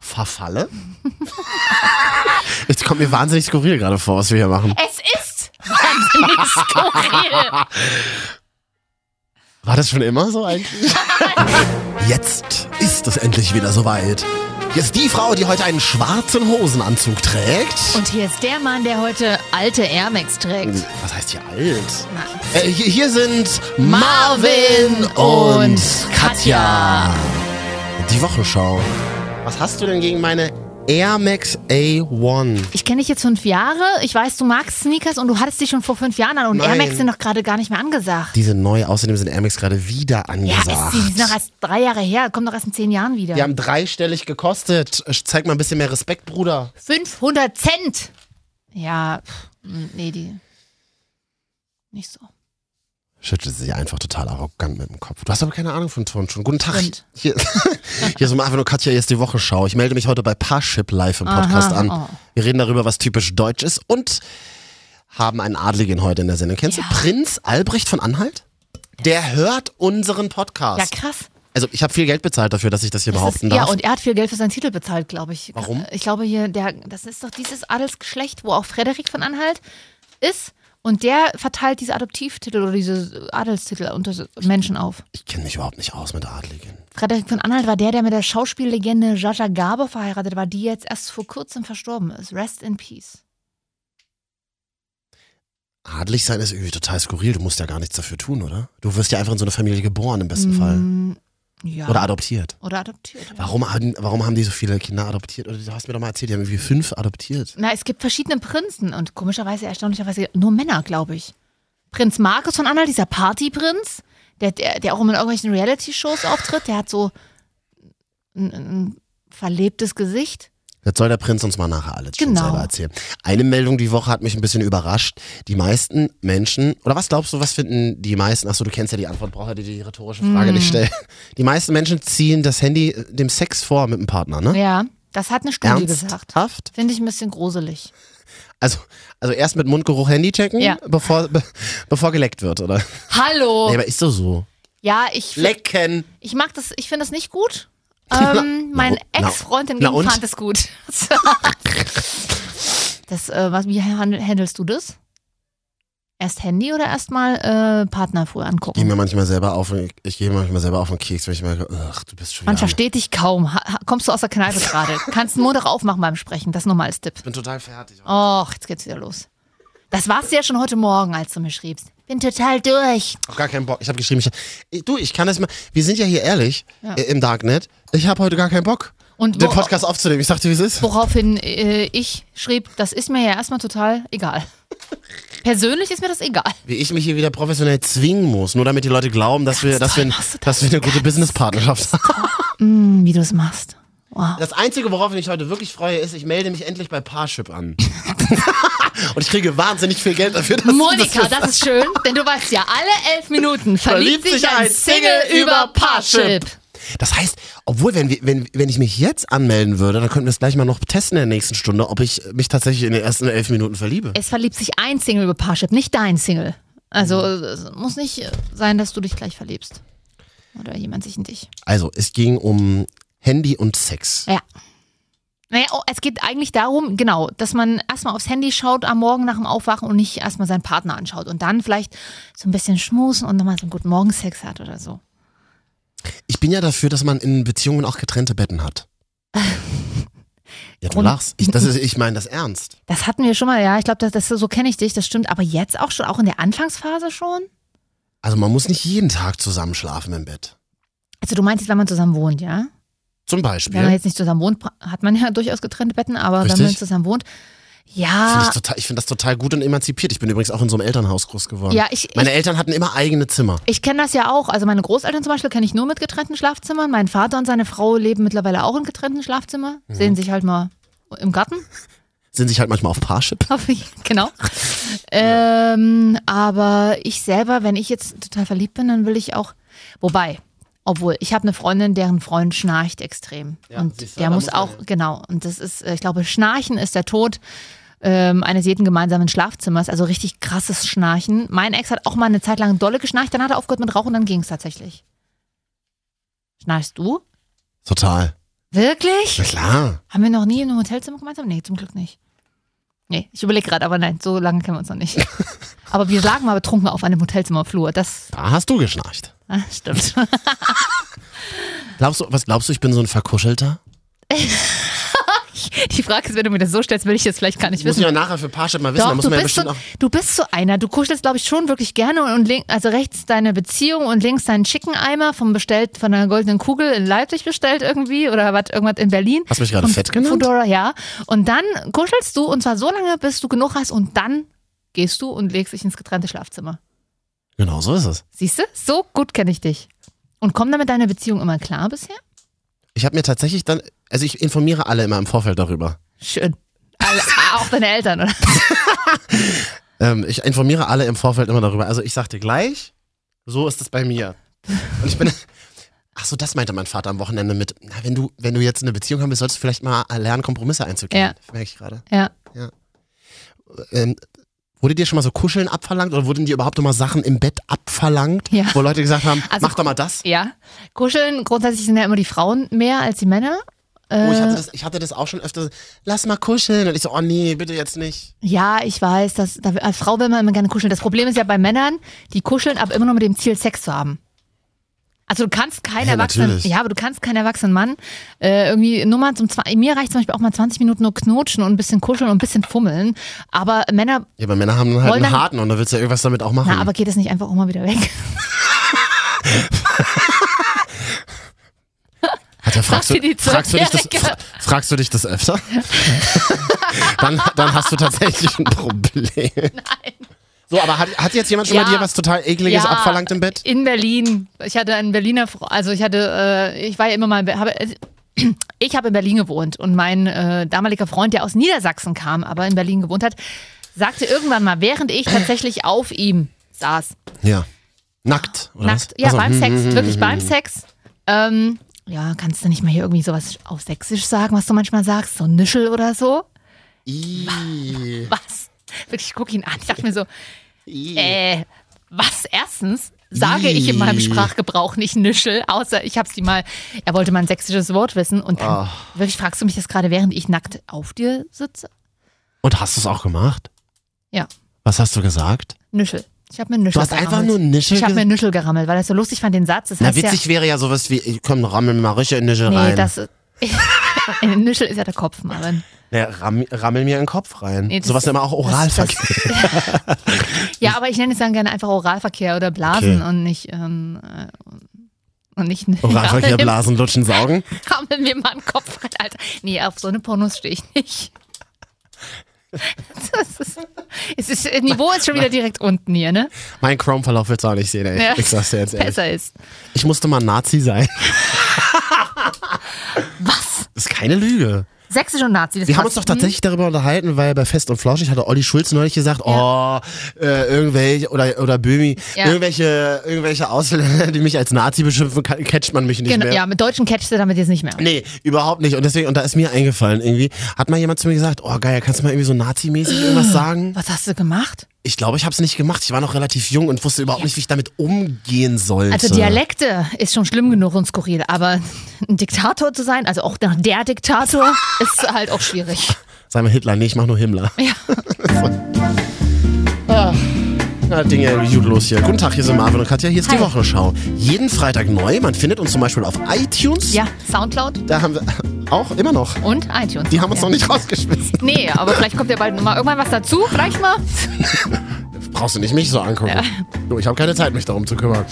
verfalle? Es kommt mir wahnsinnig skurril gerade vor, was wir hier machen. Es ist wahnsinnig skurril. War das schon immer so eigentlich? Jetzt ist es endlich wieder soweit. Hier ist die Frau, die heute einen schwarzen Hosenanzug trägt. Und hier ist der Mann, der heute alte Air Max trägt. Was heißt hier alt? Äh, hier, hier sind Marvin und Katja. Die Wochenschau. Was hast du denn gegen meine Air Max A1? Ich kenne dich jetzt fünf Jahre. Ich weiß, du magst Sneakers und du hattest dich schon vor fünf Jahren an. Und Air Nein. Max sind doch gerade gar nicht mehr angesagt. Die sind neu, außerdem sind Air Max gerade wieder Ja, angesagt. ist, die sind doch erst drei Jahre her. Kommen doch erst in zehn Jahren wieder. Die haben dreistellig gekostet. Zeig mal ein bisschen mehr Respekt, Bruder. 500 Cent. Ja, pff, mm, nee, die. Nicht so. Schüttelt sie einfach total arrogant mit dem Kopf. Du hast aber keine Ahnung von Turnschuhen. Guten Tag. Stimmt. Hier, hier ist mal einfach nur Katja, hier ist die Wochenschau. Ich melde mich heute bei Parship Live im Podcast Aha, an. oh. Wir reden darüber, was typisch deutsch ist und haben einen Adligen heute in der Sendung. Kennst du Ja. Prinz Albrecht von Anhalt? Der hört unseren Podcast. Ja, krass. Also ich habe viel Geld bezahlt dafür, dass ich das hier Das ist, behaupten ja, darf. und er hat viel Geld für seinen Titel bezahlt, glaube ich. Warum? Ich glaube hier, der, das ist doch dieses Adelsgeschlecht, wo auch Frederik von Anhalt ist. Und der verteilt diese Adoptivtitel oder diese Adelstitel unter Menschen auf. ich kenne mich überhaupt nicht aus mit Adligen. Frederik von Anhalt war der, der mit der Schauspiellegende Jaja Gaber verheiratet war, die jetzt erst vor kurzem verstorben ist. Rest in Peace. Adlig sein ist irgendwie total skurril. Du musst ja gar nichts dafür tun, oder? Du wirst ja einfach in so eine Familie geboren im besten Fall. Mm, Ja. Oder adoptiert. Oder adoptiert. ja. Warum, haben- warum haben die so viele Kinder adoptiert? Oder du hast mir doch mal erzählt, die haben irgendwie fünf adoptiert. Na, es gibt verschiedene Prinzen und komischerweise, erstaunlicherweise nur Männer, glaube ich. Prinz Markus von Anhalt, dieser Partyprinz, der, der, der auch immer in irgendwelchen Reality-Shows auftritt, der hat so ein, ein verlebtes Gesicht. Jetzt soll der Prinz uns mal nachher alles schön Genau. selber erzählen. Eine Meldung die Woche hat mich ein bisschen überrascht. Die meisten Menschen, oder was glaubst du, was finden die meisten? Achso, du kennst ja die Antwort, braucht ja die, die rhetorische Frage Mhm. nicht stellen. Die meisten Menschen ziehen das Handy äh, dem Sex vor mit dem Partner, ne? Ja, das hat eine Studie gesagt. Ernsthaft? Finde ich ein bisschen gruselig. Also, also erst mit Mundgeruch Handy checken, Ja. Oh. bevor, be, bevor geleckt wird, oder? Hallo! Nee, aber ist doch so. Ja, ich, Lecken! ich mag das, ich finde das nicht gut. Ähm, meine na- Ex-Freund na hingegen und? fand es gut. das, äh, was, wie handel- handelst du das? Erst Handy oder erstmal äh, Partner früh Ich gehe angucken? mir manchmal selber auf, ich, ich gehe manchmal selber auf den Keks, wenn ich merke, ach, du bist schon Man wieder. am- versteht dich kaum. Ha ha- kommst du aus der Kneipe gerade? Kannst den Mund auch aufmachen beim Sprechen. Das nochmal als Tipp. Ich bin total fertig. Och, jetzt geht's wieder los. Das warst du ja schon heute Morgen, als du mir schriebst. Bin total durch. Hab gar keinen Bock. Ich habe geschrieben, ich, ich- du, ich kann das mal. Wir sind ja hier ehrlich Ja. äh, im Darknet. Ich habe heute gar keinen Bock, Und den wo- Podcast aufzunehmen. Ich sagte, wie es ist. Woraufhin äh, ich schrieb, das ist mir ja erstmal total egal. Persönlich ist mir das egal. Wie ich mich hier wieder professionell zwingen muss, nur damit die Leute glauben, dass wir, dass wir, toll machst du dass wir eine gute Businesspartnerschaft haben. Hm, wie du es machst. Wow. Das Einzige, worauf ich mich heute wirklich freue, ist, ich melde mich endlich bei Parship an. Und ich kriege wahnsinnig viel Geld dafür. Dass Monika, dass- das ist schön, denn du weißt ja, alle elf Minuten verliebt Verliebt sich sich ein ein Single Single über über Parship. Das heißt, obwohl, wenn, wir, wenn, wenn ich mich jetzt anmelden würde, dann könnten wir es gleich mal noch testen in der nächsten Stunde, ob ich mich tatsächlich in den ersten elf Minuten verliebe. Es verliebt sich ein Single über Parship, nicht dein Single. Also es muss nicht äh, sein, dass du dich gleich verliebst. Oder jemand sich in dich. Also, es ging um Handy und Sex. Ja. Naja, oh, es geht eigentlich darum, genau, dass man erstmal aufs Handy schaut am Morgen nach dem Aufwachen und nicht erstmal seinen Partner anschaut und dann vielleicht so ein bisschen schmusen und nochmal so einen guten Morgensex hat oder so. Ich bin ja dafür, dass man in Beziehungen auch getrennte Betten hat. Ja, du Und- lachst. Ich, das ist- ich meine das ernst. Das hatten wir schon mal, ja. Ich glaube, das, das, so kenne ich dich, das stimmt. Aber jetzt auch schon, auch in der Anfangsphase schon? Also, man muss nicht jeden Tag zusammenschlafen im Bett. Also du meinst jetzt, wenn man zusammen wohnt, ja? Zum Wenn man Beispiel. jetzt nicht zusammen wohnt, bra- hat man ja durchaus getrennte Betten, aber wenn Richtig. man zusammen wohnt, Finde ja. ich total- ich finde das total gut und emanzipiert. Ich bin übrigens auch in so einem Elternhaus groß geworden. Ja, ich, ich, Meine Eltern hatten immer eigene Zimmer. ich kenne das ja auch. Also meine Großeltern zum Beispiel kenne ich nur mit getrennten Schlafzimmern. Mein Vater und seine Frau leben mittlerweile auch in getrennten Schlafzimmern, Mhm. sehen sich halt mal im Garten. Sind sich halt manchmal auf Parship. Hoffe ich, genau. ähm, aber ich selber, wenn ich jetzt total verliebt bin, dann will ich auch. Wobei, obwohl, ich habe eine Freundin, deren Freund schnarcht extrem. Ja, und siehst du, der da muss muss man auch, ja. genau. Und das ist, äh, ich glaube, Schnarchen ist der Tod. Ähm, eines jeden gemeinsamen Schlafzimmers, also richtig krasses Schnarchen. Mein Ex hat auch mal eine Zeit lang dolle geschnarcht, dann hat er aufgehört mit Rauchen, dann ging es tatsächlich. Schnarchst du? Total. Wirklich? Na klar. Haben wir noch nie in einem Hotelzimmer gemeinsam? Nee, zum Glück nicht. Nee, ich überlege gerade, aber nein, so lange kennen wir uns noch nicht. aber wir lagen mal betrunken auf einem Hotelzimmerflur. Das Da hast du geschnarcht. ah, stimmt. Glaubst du, was glaubst du, ich bin so ein Verkuschelter? Die Frage ist, wenn du mir das so stellst, will ich jetzt vielleicht gar nicht Muss wissen. ich ja nachher für Parship mal wissen. da Doch, muss du, man ja bist so, bestimmt auch. du bist so einer. Du kuschelst, glaube ich, schon wirklich gerne und, und link, also rechts deine Beziehung und links deinen Chicken-Eimer vom bestellt, von der goldenen Kugel in Leipzig bestellt irgendwie oder was irgendwas in Berlin. Hast du mich gerade Von fett genannt? Foodora, ja. Und dann kuschelst du und zwar so lange, bis du genug hast und dann gehst du und legst dich ins getrennte Schlafzimmer. Genau, so ist es. Siehst du? So gut kenne ich dich. Und komm damit deine Beziehung immer klar bisher? Ich habe mir tatsächlich dann, also ich informiere alle immer im Vorfeld darüber. Schön. Alle, ah, auch deine Eltern, oder? Ähm, ich informiere alle im Vorfeld immer darüber. Also ich sagte gleich, so ist es bei mir. Und ich bin. Ach so, das meinte mein Vater am Wochenende mit, na, wenn du, wenn du jetzt eine Beziehung haben willst, solltest du vielleicht mal lernen, Kompromisse einzugehen. Ja. Merke ich gerade. Ja. Ähm, wurde dir schon mal so Kuscheln abverlangt oder wurden dir überhaupt mal Sachen im Bett abverlangt, Ja. wo Leute gesagt haben, Also- mach doch mal das? Ja. Kuscheln, grundsätzlich sind ja immer die Frauen mehr als die Männer. Oh, ich Äh, hatte, das, ich hatte das auch schon öfter. Lass mal kuscheln. Und ich so, oh nee, bitte jetzt nicht. Äh, Ja, ich weiß, dass da, als Frau will man immer gerne kuscheln. Das Problem ist ja bei Männern, die kuscheln, aber immer nur mit dem Ziel, Sex zu haben. Also du kannst keinen Ja, erwachsenen, natürlich. ja, aber du kannst keinen erwachsenen Mann äh, irgendwie nur mal zum zwei, mir reicht zum Beispiel auch mal 20 Minuten nur knutschen und ein bisschen kuscheln und ein bisschen fummeln. Aber Männer, Ja, aber Männer haben dann halt Wollen einen dann- harten und da willst du ja irgendwas damit auch machen. na, aber geht das nicht einfach auch mal wieder weg? Alter, fragst, Mach dir du, die fragst, du dich das, Zwölfjährige. fra fragst du dich das öfter? dann, dann hast du tatsächlich ein Problem. Nein. So, aber hat, hat jetzt jemand schon Ja. mal dir was total Ekliges Ja. abverlangt im Bett? In Berlin. Ich hatte einen Berliner, Fre- also ich hatte, äh, ich war ja immer mal, in Be- habe, ich habe in Berlin gewohnt und mein äh, damaliger Freund, der aus Niedersachsen kam, aber in Berlin gewohnt hat, sagte irgendwann mal, während ich tatsächlich auf ihm saß, Ja. Nackt, oder nackt, was? ja, Achso, beim hm, Sex, hm, wirklich hm, beim hm. Sex, ähm, ja, kannst du nicht mal hier irgendwie sowas auf Sächsisch sagen, was du manchmal sagst, so Nischel oder so? Ih, Was? Wirklich, ich gucke ihn an. Ich dachte mir so, ih. Äh, was? Erstens sage ich in meinem Ih. Sprachgebrauch nicht Nischel, außer ich hab's die mal, er wollte mal ein sächsisches Wort wissen und Ah. dann, wirklich fragst du mich das gerade, während ich nackt auf dir sitze? Und hast du es auch gemacht? Ja, Was hast du gesagt? Nischel. Ich habe mir Nischel Du hast gerammelt. einfach nur Nischel Ich habe mir gesagt? Nischel gerammelt, weil das so lustig fand, den Satz. Das Na, heißt witzig wäre ja sowas wie, komm, rammeln mal richtig in die ja, rein. Nee, das Ein Nischel ist ja der Kopf, Marvin. Ja, ram, rammel mir in den Kopf rein. Nee, das- sowas immer auch Oralverkehr. Ja, aber ich nenne es dann gerne einfach Oralverkehr oder Blasen Okay. und nicht ähm, äh, und nicht Oralverkehr, Blasen, Lutschen, Saugen. rammel mir mal einen Kopf rein, Alter. Nee, auf so eine Pornos stehe ich nicht. Das ist, es ist, das Niveau ist schon wieder direkt unten hier, ne? Mein Chrome-Verlauf willst du auch nicht sehen, ey. Ja. Ich sag's dir jetzt ehrlich. Besser ist. Ich musste mal Nazi sein. Was? Das ist keine Lüge. Sächsisch und Nazi. Das Wir haben uns passt. Hm? doch tatsächlich darüber unterhalten, weil bei Fest und Flauschig hatte Olli Schulz neulich gesagt, oh, äh, irgendwelche, oder, oder Böhmi, Ja. irgendwelche, irgendwelche Ausländer, die mich als Nazi beschimpfen, ka- catcht man mich nicht Genau, mehr. ja, mit Deutschen catchst du damit jetzt nicht mehr. Nee, überhaupt nicht. Und deswegen, und da ist mir eingefallen irgendwie, hat mal jemand zu mir gesagt, oh geil, kannst du mal irgendwie so nazimäßig irgendwas sagen? Was hast du gemacht? Ich glaube, ich habe es nicht gemacht. Ich war noch relativ jung und wusste überhaupt nicht, wie ich damit umgehen sollte. Also Dialekte ist schon schlimm genug und skurril, aber ein Diktator zu sein, also auch nach der Diktator, ist halt auch schwierig. Sei mal Hitler, nee, ich mach nur Himmler. Ah, Ja. Na, Dinge, gut los hier. Guten Tag, hier sind Marvin und Katja. Hier ist die Hi. Wochenschau. Jeden Freitag neu. Man findet uns zum Beispiel auf iTunes. Ja, Soundcloud Da haben wir auch immer noch. und iTunes. Die haben uns ja. noch nicht rausgeschmissen. Nee, aber vielleicht kommt ja bald mal irgendwann was dazu, vielleicht mal. Brauchst du nicht mich so angucken. Du, ich habe keine Zeit, mich darum zu kümmern.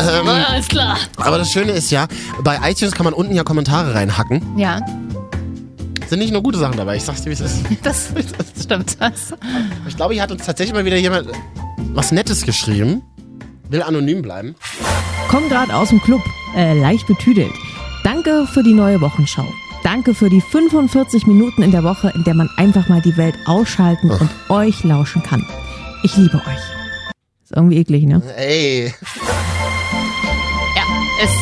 Ähm, Alles klar. Aber das Schöne ist ja, bei iTunes kann man unten ja Kommentare reinhacken. Ja, Sind nicht nur gute Sachen dabei. Ich sag's dir, wie es ist. das, das stimmt. Das. Ich glaube, hier hat uns tatsächlich mal wieder jemand was Nettes geschrieben. Will anonym bleiben. Komm grad aus dem Club, äh, leicht betüdelt. Danke für die neue Wochenschau. Danke für die 45 Minuten in der Woche, in der man einfach mal die Welt ausschalten und euch lauschen kann. Ich liebe euch. Ist irgendwie eklig, ne? Ey. Ja, ist,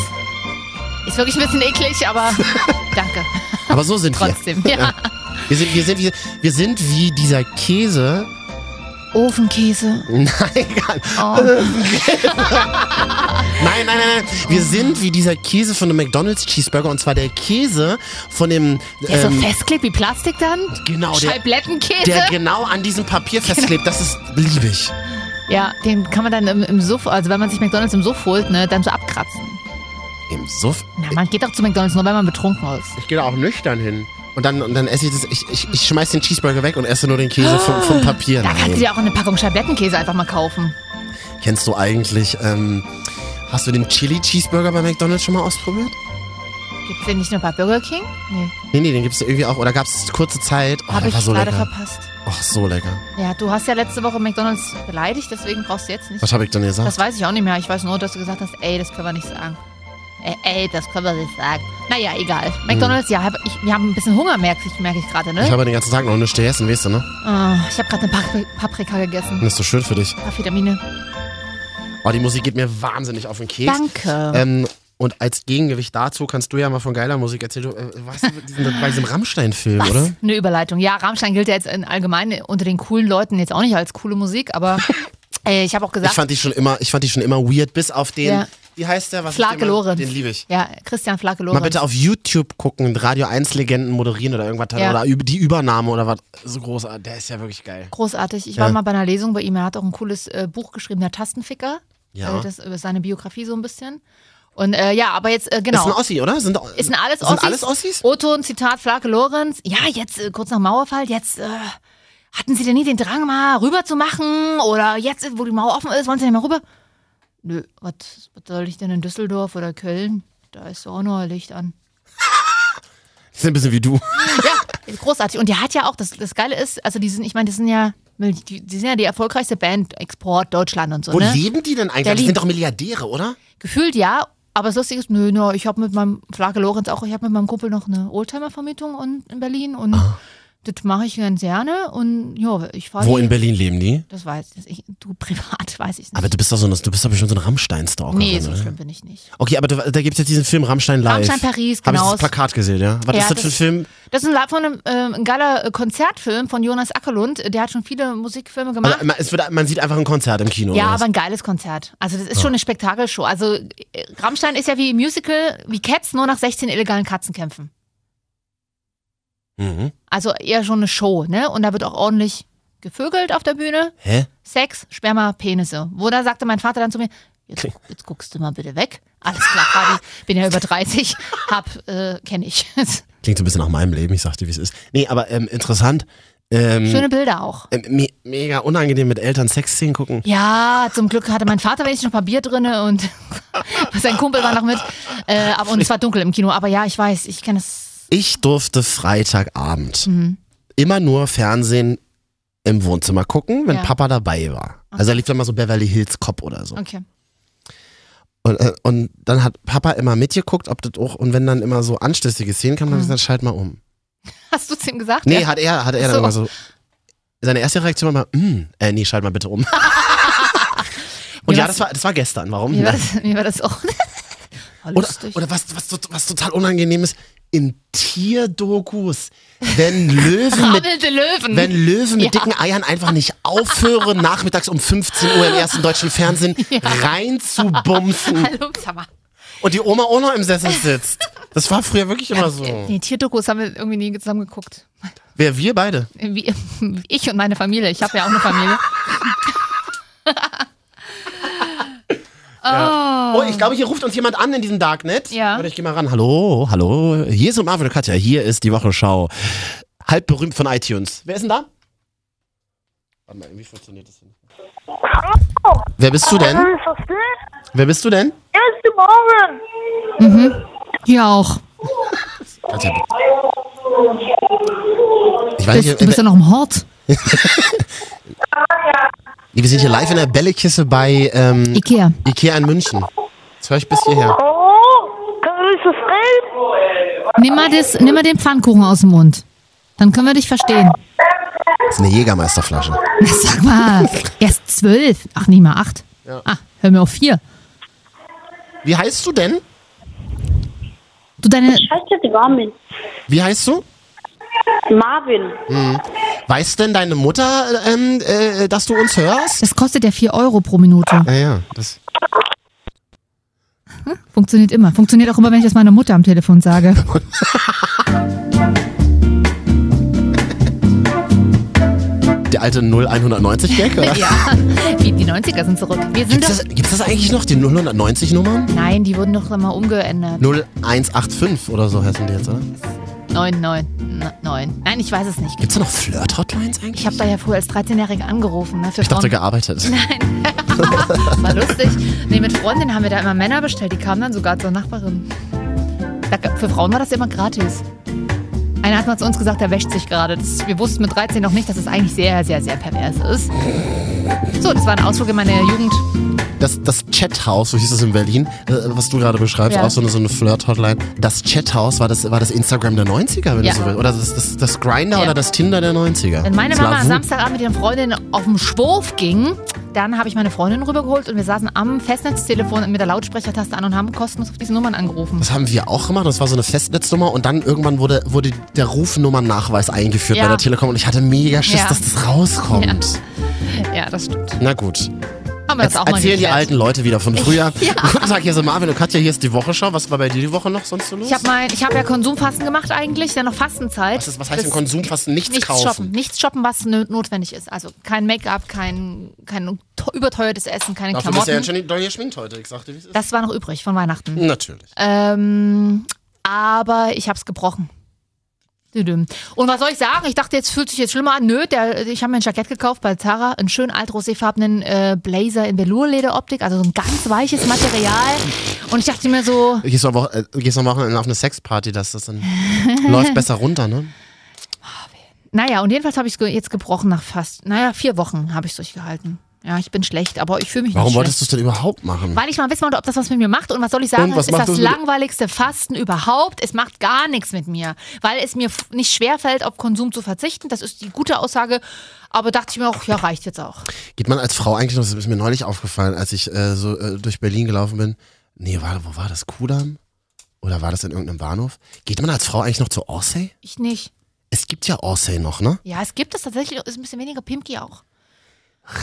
ist wirklich ein bisschen eklig, aber danke. Aber so sind wir. Trotzdem. Ja. Wir sind, wir, sind, wir, wir sind wie dieser Käse. Ofenkäse. Nein, gar nicht. Oh. Nein, nein, nein, nein. Wir sind wie dieser Käse von einem McDonald's Cheeseburger und zwar der Käse von dem Der so ähm, festklebt wie Plastik dann? genau der, Scheiblettenkäse? der genau an diesem Papier festklebt. Das ist liebig. ja, den kann man dann im, im Suff, also wenn man sich McDonalds im Suff holt, ne, dann so abkratzen. Im Suff. Na, man geht doch zu McDonalds nur, wenn man betrunken ist. Ich gehe da auch nüchtern hin. Und dann, und dann esse ich das. Ich, ich, ich schmeiß den Cheeseburger weg und esse nur den Käse vom, vom Papier. Ah, Da kannst du Nein. dir auch eine Packung Scheiblettenkäse einfach mal kaufen. Kennst du eigentlich, ähm, hast du den Chili Cheeseburger bei McDonald's schon mal ausprobiert? Gibt's den nicht nur bei Burger King? Nee, Nee, nee, den gibt's irgendwie auch. Oder gab's kurze Zeit? Oh, habe der ich war so gerade lecker. verpasst. Ach, so lecker. Ja, du hast ja letzte Woche McDonalds beleidigt, deswegen brauchst du jetzt nicht. Was habe ich denn gesagt? Das weiß ich auch nicht mehr. Ich weiß nur, dass du gesagt hast, ey, das können wir nicht sagen. Ey, ey das können wir nicht sagen. Naja, egal. McDonalds, ja, hab ich, wir haben ein bisschen Hunger, merke ich, merke ich gerade, ne? Hm. Ich habe den ganzen Tag noch nichts gegessen, weißt du, ne? Ah, ich habe gerade eine Papri Paprika gegessen. Das ist so schön für dich. Paar Vitamine. Oh, die Musik geht mir wahnsinnig auf den Keks. Danke. Ähm, und als Gegengewicht dazu kannst du ja mal von geiler Musik erzählen. Du äh, warst du bei diesem, bei diesem Rammstein-Film, Was? oder? Eine Überleitung. Ja, Rammstein gilt ja jetzt in allgemein unter den coolen Leuten jetzt auch nicht als coole Musik, aber äh, ich habe auch Ich gesagt, fand die schon immer, ich fand die schon immer weird, bis auf den. Ja. Wie heißt der? Was ist Flake der Mann? Lorenz. Den liebe ich. ja, Christian Flake Mal Lorenz. bitte auf YouTube gucken, Radio 1 Legenden moderieren oder irgendwas Ja. oder über- die Übernahme oder was. So großartig. Der ist ja wirklich geil. Großartig. Ich war Ja. mal bei einer Lesung bei ihm. Er hat auch ein cooles äh, Buch geschrieben, der Tastenficker. Ja. Äh, das über seine Biografie so ein bisschen. Und äh, ja, aber jetzt, äh, genau. Ist ein Ossi, oder? Sind, Ist ein alles sind Ossis. alles Ossis? Otto, ein Zitat, Flake Lorenz. Ja, jetzt, äh, kurz nach Mauerfall, jetzt äh, hatten Sie denn nie den Drang, mal rüber zu machen? Oder jetzt, wo die Mauer offen ist, wollen Sie denn mal rüber? Nö, was, was soll ich denn in Düsseldorf oder Köln? Da ist auch nur Licht an. Ist ein bisschen wie du. Ja, großartig. Und der hat ja auch, das, das Geile ist, also die sind, ich meine, die sind ja, die, die sind ja die erfolgreichste Band, Export, Deutschland und so, Wo ne? leben die denn eigentlich? Der Die sind liebt- doch Milliardäre, oder? Gefühlt ja, aber das Lustige ist, nö, nö, ich habe mit meinem Flake Lorenz auch, ich habe mit meinem Kumpel noch eine Oldtimer-Vermietung und- in Berlin und das mache ich ganz gerne und ja, ich fahre Ah. Wo in Berlin leben die? Das weiß ich, nicht. ich, du privat weiß ich nicht. Aber du bist doch so, eine- du bist doch bestimmt so ein Rammstein-Stalker. nee, oder? so schlimm bin ich nicht. Okay, aber da, da gibt es jetzt diesen Film Rammstein Live. Rammstein Paris, Hab genau. ich das Plakat gesehen, ja? Was Ja, ist das für ein das- Film? Das ist ein, La- von einem, ähm, ein geiler äh, Konzertfilm von Jonas Ackerlund, der hat schon viele Musikfilme gemacht. Also, man, es wird, man sieht einfach ein Konzert im Kino. Ja, oder was? aber ein geiles Konzert. Also das ist schon eine Spektakelshow. Also äh, Rammstein ist ja wie Musical, wie Cats, nur nach 16 illegalen Katzenkämpfen. Mhm. Also eher schon eine Show, ne? Und da wird auch ordentlich gevögelt auf der Bühne. Hä? Sex, Sperma, Penisse. Wo da sagte mein Vater dann zu mir, jetzt, jetzt guckst du mal bitte weg. Alles klar, Vati, bin ja über 30, hab, äh, kenne ich. Klingt so ein bisschen nach meinem Leben, ich sag dir, wie es ist. Nee, aber ähm, interessant. Ähm, Schöne Bilder auch. ähm, me mega unangenehm mit Eltern Sexszenen gucken. Ja, zum Glück hatte mein Vater wenigstens noch ein paar Bier drinne und sein Kumpel war noch mit. Äh, aber, und es war dunkel im Kino. Aber ja, ich weiß, ich kenne es. Ich durfte Freitagabend Mhm. immer nur Fernsehen im Wohnzimmer gucken, wenn Ja. Papa dabei war. Also er lief dann mal so Beverly Hills Cop oder so. Okay. Und, äh, und dann hat Papa immer mitgeguckt, ob das auch, und wenn dann immer so anstößige Szenen kamen, dann hat er gesagt, schalt mal um. Hast du es ihm gesagt? Nee, Mhm. ja. hat er, hat er dann So. immer so. Seine erste Reaktion war mal, "Mm, äh, nee, schalt mal bitte um. und Mir ja, war's- das war, das war gestern. Warum? Mir war das, mir war das auch. War Oder, Lustig. oder was, was, tot- was total unangenehm ist, in Tierdokus, wenn Löwen mit, Rabbelnde Löwen. wenn Löwen mit Ja. dicken Eiern einfach nicht aufhören, nachmittags um 15 Uhr im ersten deutschen Fernsehen reinzubumsen Hallo, sag mal. und die Oma auch noch im Sessel sitzt. Das war früher wirklich immer so. Nee, Tierdokus haben wir irgendwie nie zusammen geguckt. Wer wir beide? Wie, ich und meine Familie. Ich habe ja auch eine Familie. Oh, ich glaube, hier ruft uns jemand an in diesem Darknet. Ja. Warte, ich gehe mal ran. Hallo, hallo. Hier ist Marvin und Katja. Hier ist die Wochenschau. Halb berühmt von iTunes. Wer ist denn da? Warte mal, irgendwie funktioniert das denn? Wer bist du denn? Äh, versteht? Wer bist du denn? Hier ist der Marvin. Ja, Also auch. Katja. Ich weiß nicht, du bist ja noch im Hort. wir sind hier live in der Bällekiste bei ähm, Ikea. Ikea in München. Das höre ich bis hierher. Hallo? Kann ich verstehen? Nimm mal, das, nimm mal den Pfannkuchen aus dem Mund. Dann können wir dich verstehen. Das ist eine Jägermeisterflasche. Sag mal, erst zwölf. Ach, nicht mal acht. Ah, hör mir auf vier. Wie heißt du denn? Du, deine, heißt ja der Marvin. Wie heißt du? Marvin. Weiß denn deine Mutter, ähm, äh, dass du uns hörst? das kostet ja vier Euro pro Minute. Ja, ja. Das Funktioniert immer. Funktioniert auch immer, wenn ich das meiner Mutter am Telefon sage. Der alte 0190-Gag, oder? ja, die, die 90er sind zurück. Wir sind Gibt's doch. das, gibt's das eigentlich noch, die 090-Nummern? Nein, die wurden doch mal umgeändert. 0185 oder so heißen die jetzt, oder? 9, 9, 9. Nein, ich weiß es nicht. Gibt's da noch Flirt-Hotlines eigentlich? Ich habe da ja früher als 13-Jährige angerufen. Ne, für ich dachte, Frauen. gearbeitet. War lustig. Nee, mit Freundinnen haben wir da immer Männer bestellt. Die kamen dann sogar zur Nachbarin. Da, für Frauen war das immer gratis. Einer hat mal zu uns gesagt, der wäscht sich gerade. Das- Wir wussten mit 13 noch nicht, dass es eigentlich sehr, sehr, sehr pervers ist. So, das war ein Ausflug in meine Jugend. Das, das Chathaus, so hieß es in Berlin, äh, was du gerade beschreibst, Ja. auch so eine, so eine Flirt-Hotline. Das Chathaus war das, war das Instagram der 90er, wenn Ja. du so willst. Oder das, das, das Grinder Ja. oder das Tinder der 90er. Wenn meine Das Mama war am Wu- Samstagabend mit ihren Freundinnen auf den Schwurf ging, dann habe ich meine Freundin rübergeholt und wir saßen am Festnetztelefon mit der Lautsprechertaste an und haben kostenlos auf diese Nummern angerufen. Das haben wir auch gemacht. Das war so eine Festnetznummer und dann irgendwann wurde, wurde der Rufnummernnachweis eingeführt Ja. bei der Telekom und ich hatte mega Schiss, Ja. dass das rauskommt. Ja, das stimmt. Na gut. Haben wir das auch mal Erzählen die geklärt. alten Leute wieder von früher. Guten Tag, hier sind Marvin und Katja. Hier ist die Wochenschau. Was war bei dir die Woche noch sonst so los? Ich habe mein, ich habe ja Konsumfasten gemacht eigentlich, dann noch Fastenzeit. was, ist, was heißt Das- denn Konsumfasten? Nichts, Nichts kaufen. shoppen, nichts shoppen, was nö- notwendig ist. Also kein Make-up, kein, kein to- überteuertes Essen, keine Dafür bist du ja Klamotten. ganz schön doll geschminkt heute. Ich sagte, wie es ist. Das war noch übrig von Weihnachten. Natürlich. Ähm, aber ich habe es gebrochen. Düdüm. Und was soll ich sagen? Ich dachte, jetzt fühlt sich jetzt schlimmer an. Nö, der, ich habe mir ein Jackett gekauft bei Zara, einen schönen altroséfarbenen äh, Blazer in Velour-Lederoptik, also so ein ganz weiches Material. Und ich dachte mir so, Gehst du am Woche- äh, gehst du am Wochenende auf eine Sexparty, dass das dann läuft besser runter, ne? Naja, und jedenfalls habe ich es ge jetzt gebrochen nach fast, naja, vier Wochen habe ich es durchgehalten. Ja, ich bin schlecht, aber ich fühle mich Warum nicht wolltest schlecht. du es denn überhaupt machen? Weil ich mal wissen wollte, ob das was mit mir macht. Und was soll ich sagen? Und was Es ist macht das das mit- langweiligste Fasten überhaupt. Es macht gar nichts mit mir. Weil es mir f- nicht schwerfällt, auf Konsum zu verzichten. Das ist die gute Aussage. Aber dachte ich mir auch, ja, reicht jetzt auch. Geht man als Frau eigentlich noch, das ist mir neulich aufgefallen, als ich äh, so äh, durch Berlin gelaufen bin. Nee, warte, wo war das? Kudamm? Oder war das in irgendeinem Bahnhof? Geht man als Frau eigentlich noch zu Orsay? Ich nicht. Es gibt ja Orsay noch, ne? Ja, es gibt es tatsächlich. Ist ein bisschen weniger Pimki auch.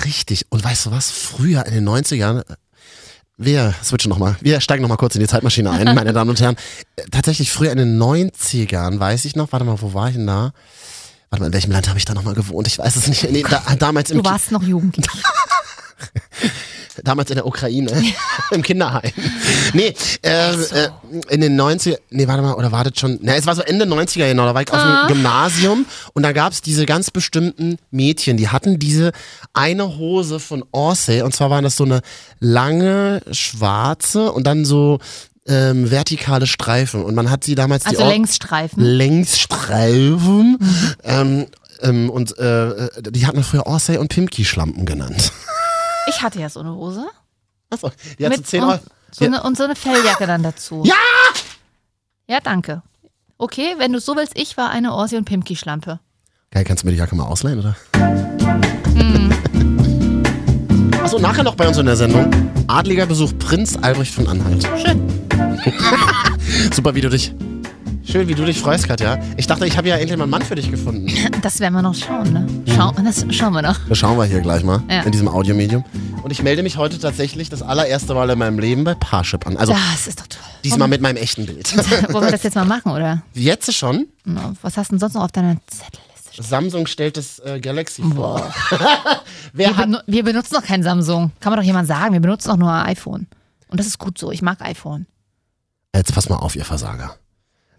Richtig. Und weißt du was? Früher in den 90ern, äh, wir switchen nochmal, wir steigen nochmal kurz in die Zeitmaschine ein, meine Damen und Herren. Äh, Tatsächlich früher in den 90ern, weiß ich noch, warte mal, wo war ich denn da? Warte mal, in welchem Land habe ich da nochmal gewohnt? Ich weiß es nicht. Nee, da, damals, im, Du warst noch jugendlich. Ki- damals in der Ukraine, im Kinderheim. Nee, äh, äh, in den 90er, nee, warte mal, oder wartet schon, na, es war so Ende 90er, genau, da war ich auf dem Gymnasium und da gab es diese ganz bestimmten Mädchen, die hatten diese eine Hose von Orsay und zwar waren das so eine lange, schwarze und dann so ähm, vertikale Streifen und man hat sie damals die Also Mhm. Or- Längsstreifen. Längsstreifen. Ähm, ähm, und äh, äh, die hat man früher Orsay und Pimki-Schlampen genannt. Ich hatte ja so eine Hose. Achso, die hat so Mit 10 und, Euro. so Ja. eine, und so eine Felljacke dann dazu. Ja! Ja, danke. Okay, wenn du so willst, ich war eine Orsi und Pimki-Schlampe. Geil, kannst du mir die Jacke mal ausleihen, oder? Mhm. Achso, nachher noch bei uns in der Sendung. Adliger Besuch Prinz Albrecht von Anhalt. Schön. Super, wie du dich. Schön, wie du dich freust, Katja. Ich dachte, ich habe ja endlich mal einen Mann für dich gefunden. Das werden wir noch schauen, ne? Schau, das schauen wir noch. Das schauen wir hier gleich mal Ja. in diesem Audiomedium. Und ich melde mich heute tatsächlich das allererste Mal in meinem Leben bei Parship an. Also Das ist doch toll. diesmal mit meinem echten Bild. Wollen wir das jetzt mal machen, oder? Jetzt schon. Na, Was hast du denn sonst noch auf deiner Zettelliste? stehen? Samsung stellt das äh, Galaxy vor. Wer Wir, hat, benu- wir benutzen doch kein Samsung. Kann man doch jemand sagen. Wir benutzen doch nur iPhone. Und das ist gut so. Ich mag iPhone. Jetzt pass mal auf, ihr Versager.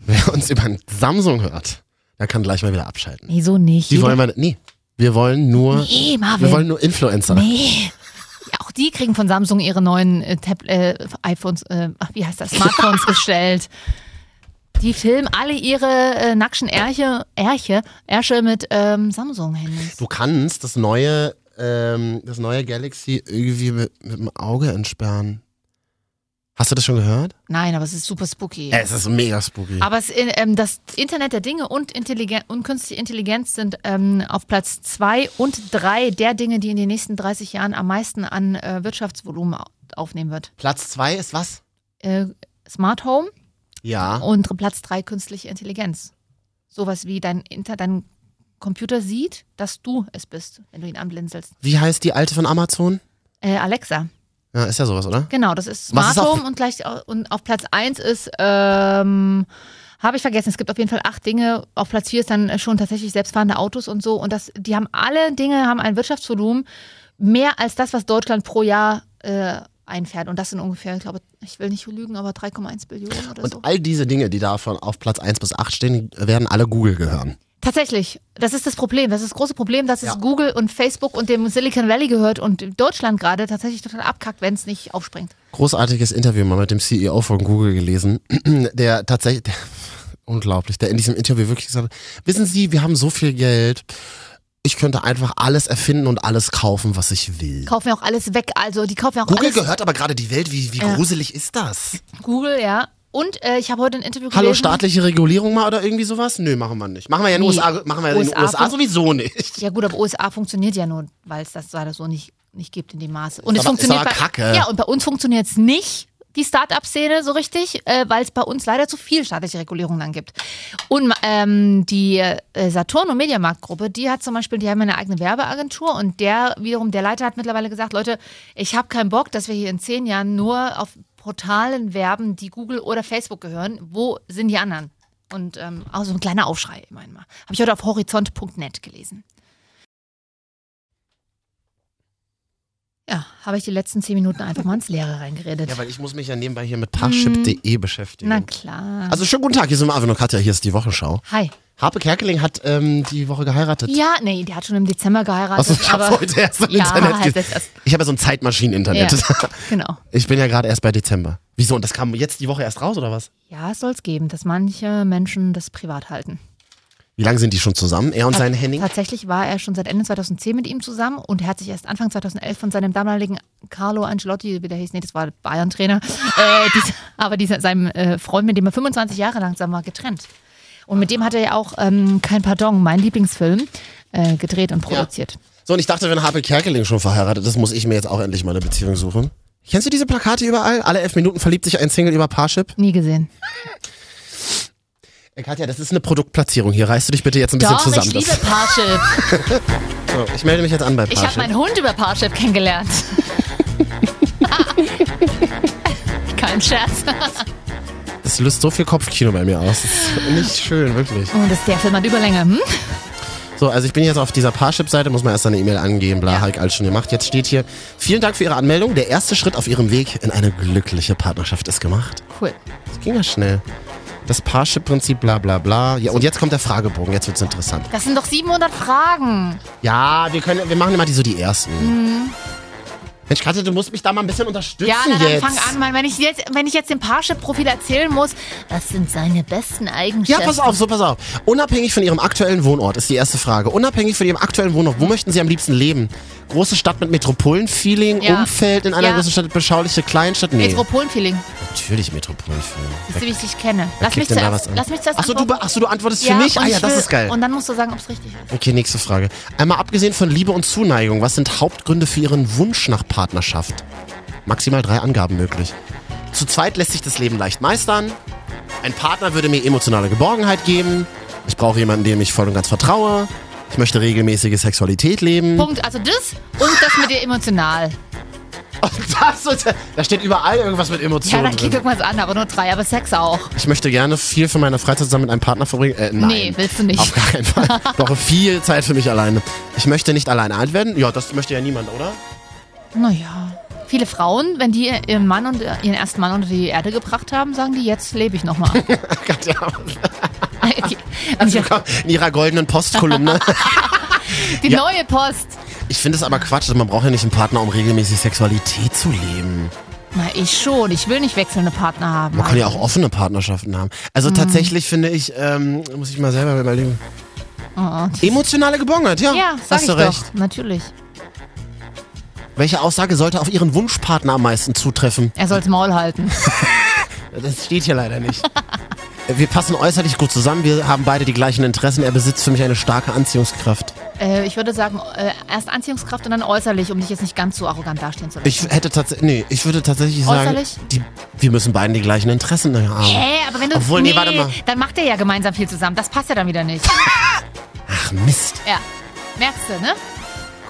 Wer uns über ein Samsung hört, der kann gleich mal wieder abschalten. Nee, so nicht. Die Jeder- wollen wir, nee, wir wollen nur, nee, Marvin. wir wollen nur Influencer. nee. Ja, auch die kriegen von Samsung ihre neuen äh, Tab äh, iPhones, äh, ach, wie heißt das, Smartphones gestellt. Die filmen alle ihre äh, nackschen Ärche, Ärche, Ärsche mit ähm, Samsung-Handys. Du kannst das neue, ähm, das neue Galaxy irgendwie mit, mit dem Auge entsperren. Hast du das schon gehört? Nein, aber es ist super spooky. Es ist mega spooky. Aber es, äh, ähm, das Internet der Dinge und, Intelligen und künstliche Intelligenz sind ähm, auf Platz zwei und drei der Dinge, die in den nächsten 30 Jahren am meisten an äh, Wirtschaftsvolumen au- aufnehmen wird. Platz zwei ist was? Äh, Smart Home Ja. und Platz drei künstliche Intelligenz. Sowas wie dein, Inter dein Computer sieht, dass du es bist, wenn du ihn anblinzelst. Wie heißt die alte von Amazon? Äh, Alexa. Ja, ist ja sowas, oder? Genau, das ist Was Smart ist auf- Home und gleich au- und auf Platz 1 ist, ähm, habe ich vergessen, es gibt auf jeden Fall acht Dinge. Auf Platz 4 ist dann schon tatsächlich selbstfahrende Autos und so. Und das, die haben alle Dinge, haben ein Wirtschaftsvolumen mehr als das, was Deutschland pro Jahr äh, einfährt. Und das sind ungefähr, ich glaube, ich will nicht lügen, aber 3,1 Billionen oder so. Und all diese Dinge, die davon auf Platz 1 bis 8 stehen, werden alle Google gehören. Tatsächlich, das ist das Problem. Das ist das große Problem, dass es Google und Facebook und dem Silicon Valley gehört und Deutschland gerade tatsächlich total abkackt, wenn es nicht aufspringt. Großartiges Interview mal mit dem CEO von Google gelesen, der tatsächlich, der, unglaublich, der in diesem Interview wirklich gesagt hat, wissen Sie, wir haben so viel Geld, ich könnte einfach alles erfinden und alles kaufen, was ich will. Kaufen ja auch alles weg. Also die kaufen ja auch Google alles. gehört aber gerade die Welt, wie, wie Ja. gruselig ist das? Google, ja. Und äh, ich habe heute ein Interview gelesen. Hallo, staatliche Regulierung mal oder irgendwie sowas? Nö, machen wir nicht. Machen wir ja in den Nee. USA, machen wir ja in den USA USA sowieso nicht. Ja gut, aber USA funktioniert ja nur, weil es das leider so nicht, nicht gibt in dem Maße. Und Ist es aber- funktioniert ist aber bei, Kacke. Ja, und bei uns funktioniert es nicht, die Start-up-Szene so richtig, äh, weil es bei uns leider zu viel staatliche Regulierung dann gibt. Und ähm, die äh, Saturn- und Mediamarkt-Gruppe, die hat zum Beispiel, die haben eine eigene Werbeagentur und der wiederum, der Leiter hat mittlerweile gesagt, Leute, ich habe keinen Bock, dass wir hier in zehn Jahren nur auf Portalen werben, die Google oder Facebook gehören. Wo sind die anderen? Und ähm, auch so ein kleiner Aufschrei, immerhin mal. Habe ich heute auf horizont.net gelesen. Ja, habe ich die letzten zehn Minuten einfach mal ins Leere reingeredet. Ja, weil ich muss mich ja nebenbei hier mit Parship.de E beschäftigen. Mhm. Na klar. Also schönen guten Tag, hier sind Marvin und Katja, hier ist die Wochenschau. Hi. Harpe Kerkeling hat ähm, die Woche geheiratet. Ja, nee, die hat schon im Dezember geheiratet. Achso, ich habe aber heute erst im Ja, Internet halt gesehen. jetzt erst. Ich habe ja so ein Zeitmaschinen-Internet. genau. Ich bin ja gerade erst bei Dezember. Wieso? Und das kam jetzt die Woche erst raus, oder was? Ja, es soll es geben, dass manche Menschen das privat halten. Wie lange sind die schon zusammen? Er und sein Henning? Tatsächlich war er schon seit Ende 2010 mit ihm zusammen und er hat sich erst Anfang 2011 von seinem damaligen Carlo Ancelotti, wie der hieß, nee, das war Bayern-Trainer, äh, dies- aber dieser, seinem äh, Freund, mit dem er 25 Jahre langsam war, getrennt. Und mit dem hat er ja auch ähm, Kein Pardon, mein Lieblingsfilm, äh, gedreht und produziert. So, und ich dachte, wenn Harpe Kerkeling schon verheiratet ist, muss ich mir jetzt auch endlich mal eine Beziehung suchen. Kennst du diese Plakate überall? Alle elf Minuten verliebt sich ein Single über Parship? Nie gesehen. Äh, Katja, das ist eine Produktplatzierung hier. Reißt du dich bitte jetzt ein bisschen Doch, zusammen. ich liebe Das- Parship. so, ich melde mich jetzt an bei Ich habe Parship. meinen Hund über Parship kennengelernt. Kein Scherz. das löst so viel Kopfkino bei mir aus. Das ist nicht schön, wirklich. Und das ist der Film hat Überlänge. Hm? So, also ich bin jetzt auf dieser Parship-Seite, muss man erst eine E-Mail angeben, bla, Ja. habe ich alles schon gemacht. Jetzt steht hier, vielen Dank für Ihre Anmeldung. Der erste Schritt auf Ihrem Weg in eine glückliche Partnerschaft ist gemacht. Cool. Das ging ja schnell. Das Parship-Prinzip, bla bla bla. Ja, und jetzt kommt der Fragebogen, jetzt wird's interessant. Das sind doch 700 Fragen. Ja, wir können, wir machen immer die, so die ersten. Mensch, Katja, du musst mich da mal ein bisschen unterstützen Mhm. Ja, na, dann jetzt. fang an, Mann. Wenn ich jetzt, wenn ich jetzt dem Parship-Profil erzählen muss, was sind seine besten Ja, Eigenschaften? pass auf, so pass auf. Unabhängig von Ihrem aktuellen Wohnort ist die erste Frage. Unabhängig von Ihrem aktuellen Wohnort, wo möchten Sie am liebsten leben? Große Stadt mit Metropolen-Feeling, Ja. Umfeld in einer Ja. großen Stadt, beschauliche Kleinstadt? Nee, Metropolenfeeling. natürlich Metropolen-Feeling. Siehst du, wie ich dich kenne. Lass mich, klickt denn da was zuerst, an? lass mich zuerst Achso, du, antworten. be- achso, du antwortest für mich? und Ah ja, ich das will- ist geil. Hm. Und dann musst du sagen, ob es richtig ist. Okay, nächste Frage. Einmal abgesehen von Liebe und Zuneigung, was sind Hauptgründe für Ihren Wunsch nach Partnerschaft? Maximal drei Angaben möglich. Zu zweit lässt sich das Leben leicht meistern. Ein Partner würde mir emotionale Geborgenheit geben. Ich brauche jemanden, dem ich voll und ganz vertraue. Ich möchte regelmäßige Sexualität leben. Punkt. Also das und das mit dir emotional. Und das, und- da steht überall irgendwas mit Ja, Emotionen dann geht drin. irgendwas an, aber nur drei, aber Sex auch. Ich möchte gerne viel von meiner Freizeit zusammen mit einem Partner verbringen. Äh, nein. Nee, willst du nicht. Auf gar keinen Fall. Ich brauche viel Zeit für mich alleine. Ich möchte nicht alleine alt werden. Ja, das möchte ja niemand, oder? Naja. Viele Frauen, wenn die ihren Mann und ihren ersten Mann unter die Erde gebracht haben, sagen die, jetzt lebe ich nochmal. Gott, ja. Also, Willkommen in ihrer goldenen Postkolumne. die neue Post. Ich finde es aber Quatsch, man braucht ja nicht einen Partner, um regelmäßig Sexualität zu leben. Na, ich schon. Ich will nicht wechselnde Partner haben. Man kann ja auch offene Partnerschaften haben. Also Mhm. tatsächlich finde ich, ähm, muss ich mal selber überlegen. Oh. Emotionale Geborgenheit, ja. Ja, sag hast ich du recht. doch. Natürlich. Welche Aussage sollte auf Ihren Wunschpartner am meisten zutreffen? Er soll's Maul halten. Das steht hier leider nicht. Wir passen äußerlich gut zusammen, wir haben beide die gleichen Interessen, er besitzt für mich eine starke Anziehungskraft. äh, ich würde sagen, äh, erst Anziehungskraft und dann äußerlich, um dich jetzt nicht ganz so arrogant dastehen zu lassen. Ich hätte tatsächlich, nee, ich würde tatsächlich sagen, Äußerlich? die, wir müssen beiden die gleichen Interessen haben. Hä, aber wenn du. Obwohl, nee, warte mal. Dann macht ihr ja gemeinsam viel zusammen. Das passt ja dann wieder nicht. Ach Mist. ja. Merkst du, ne?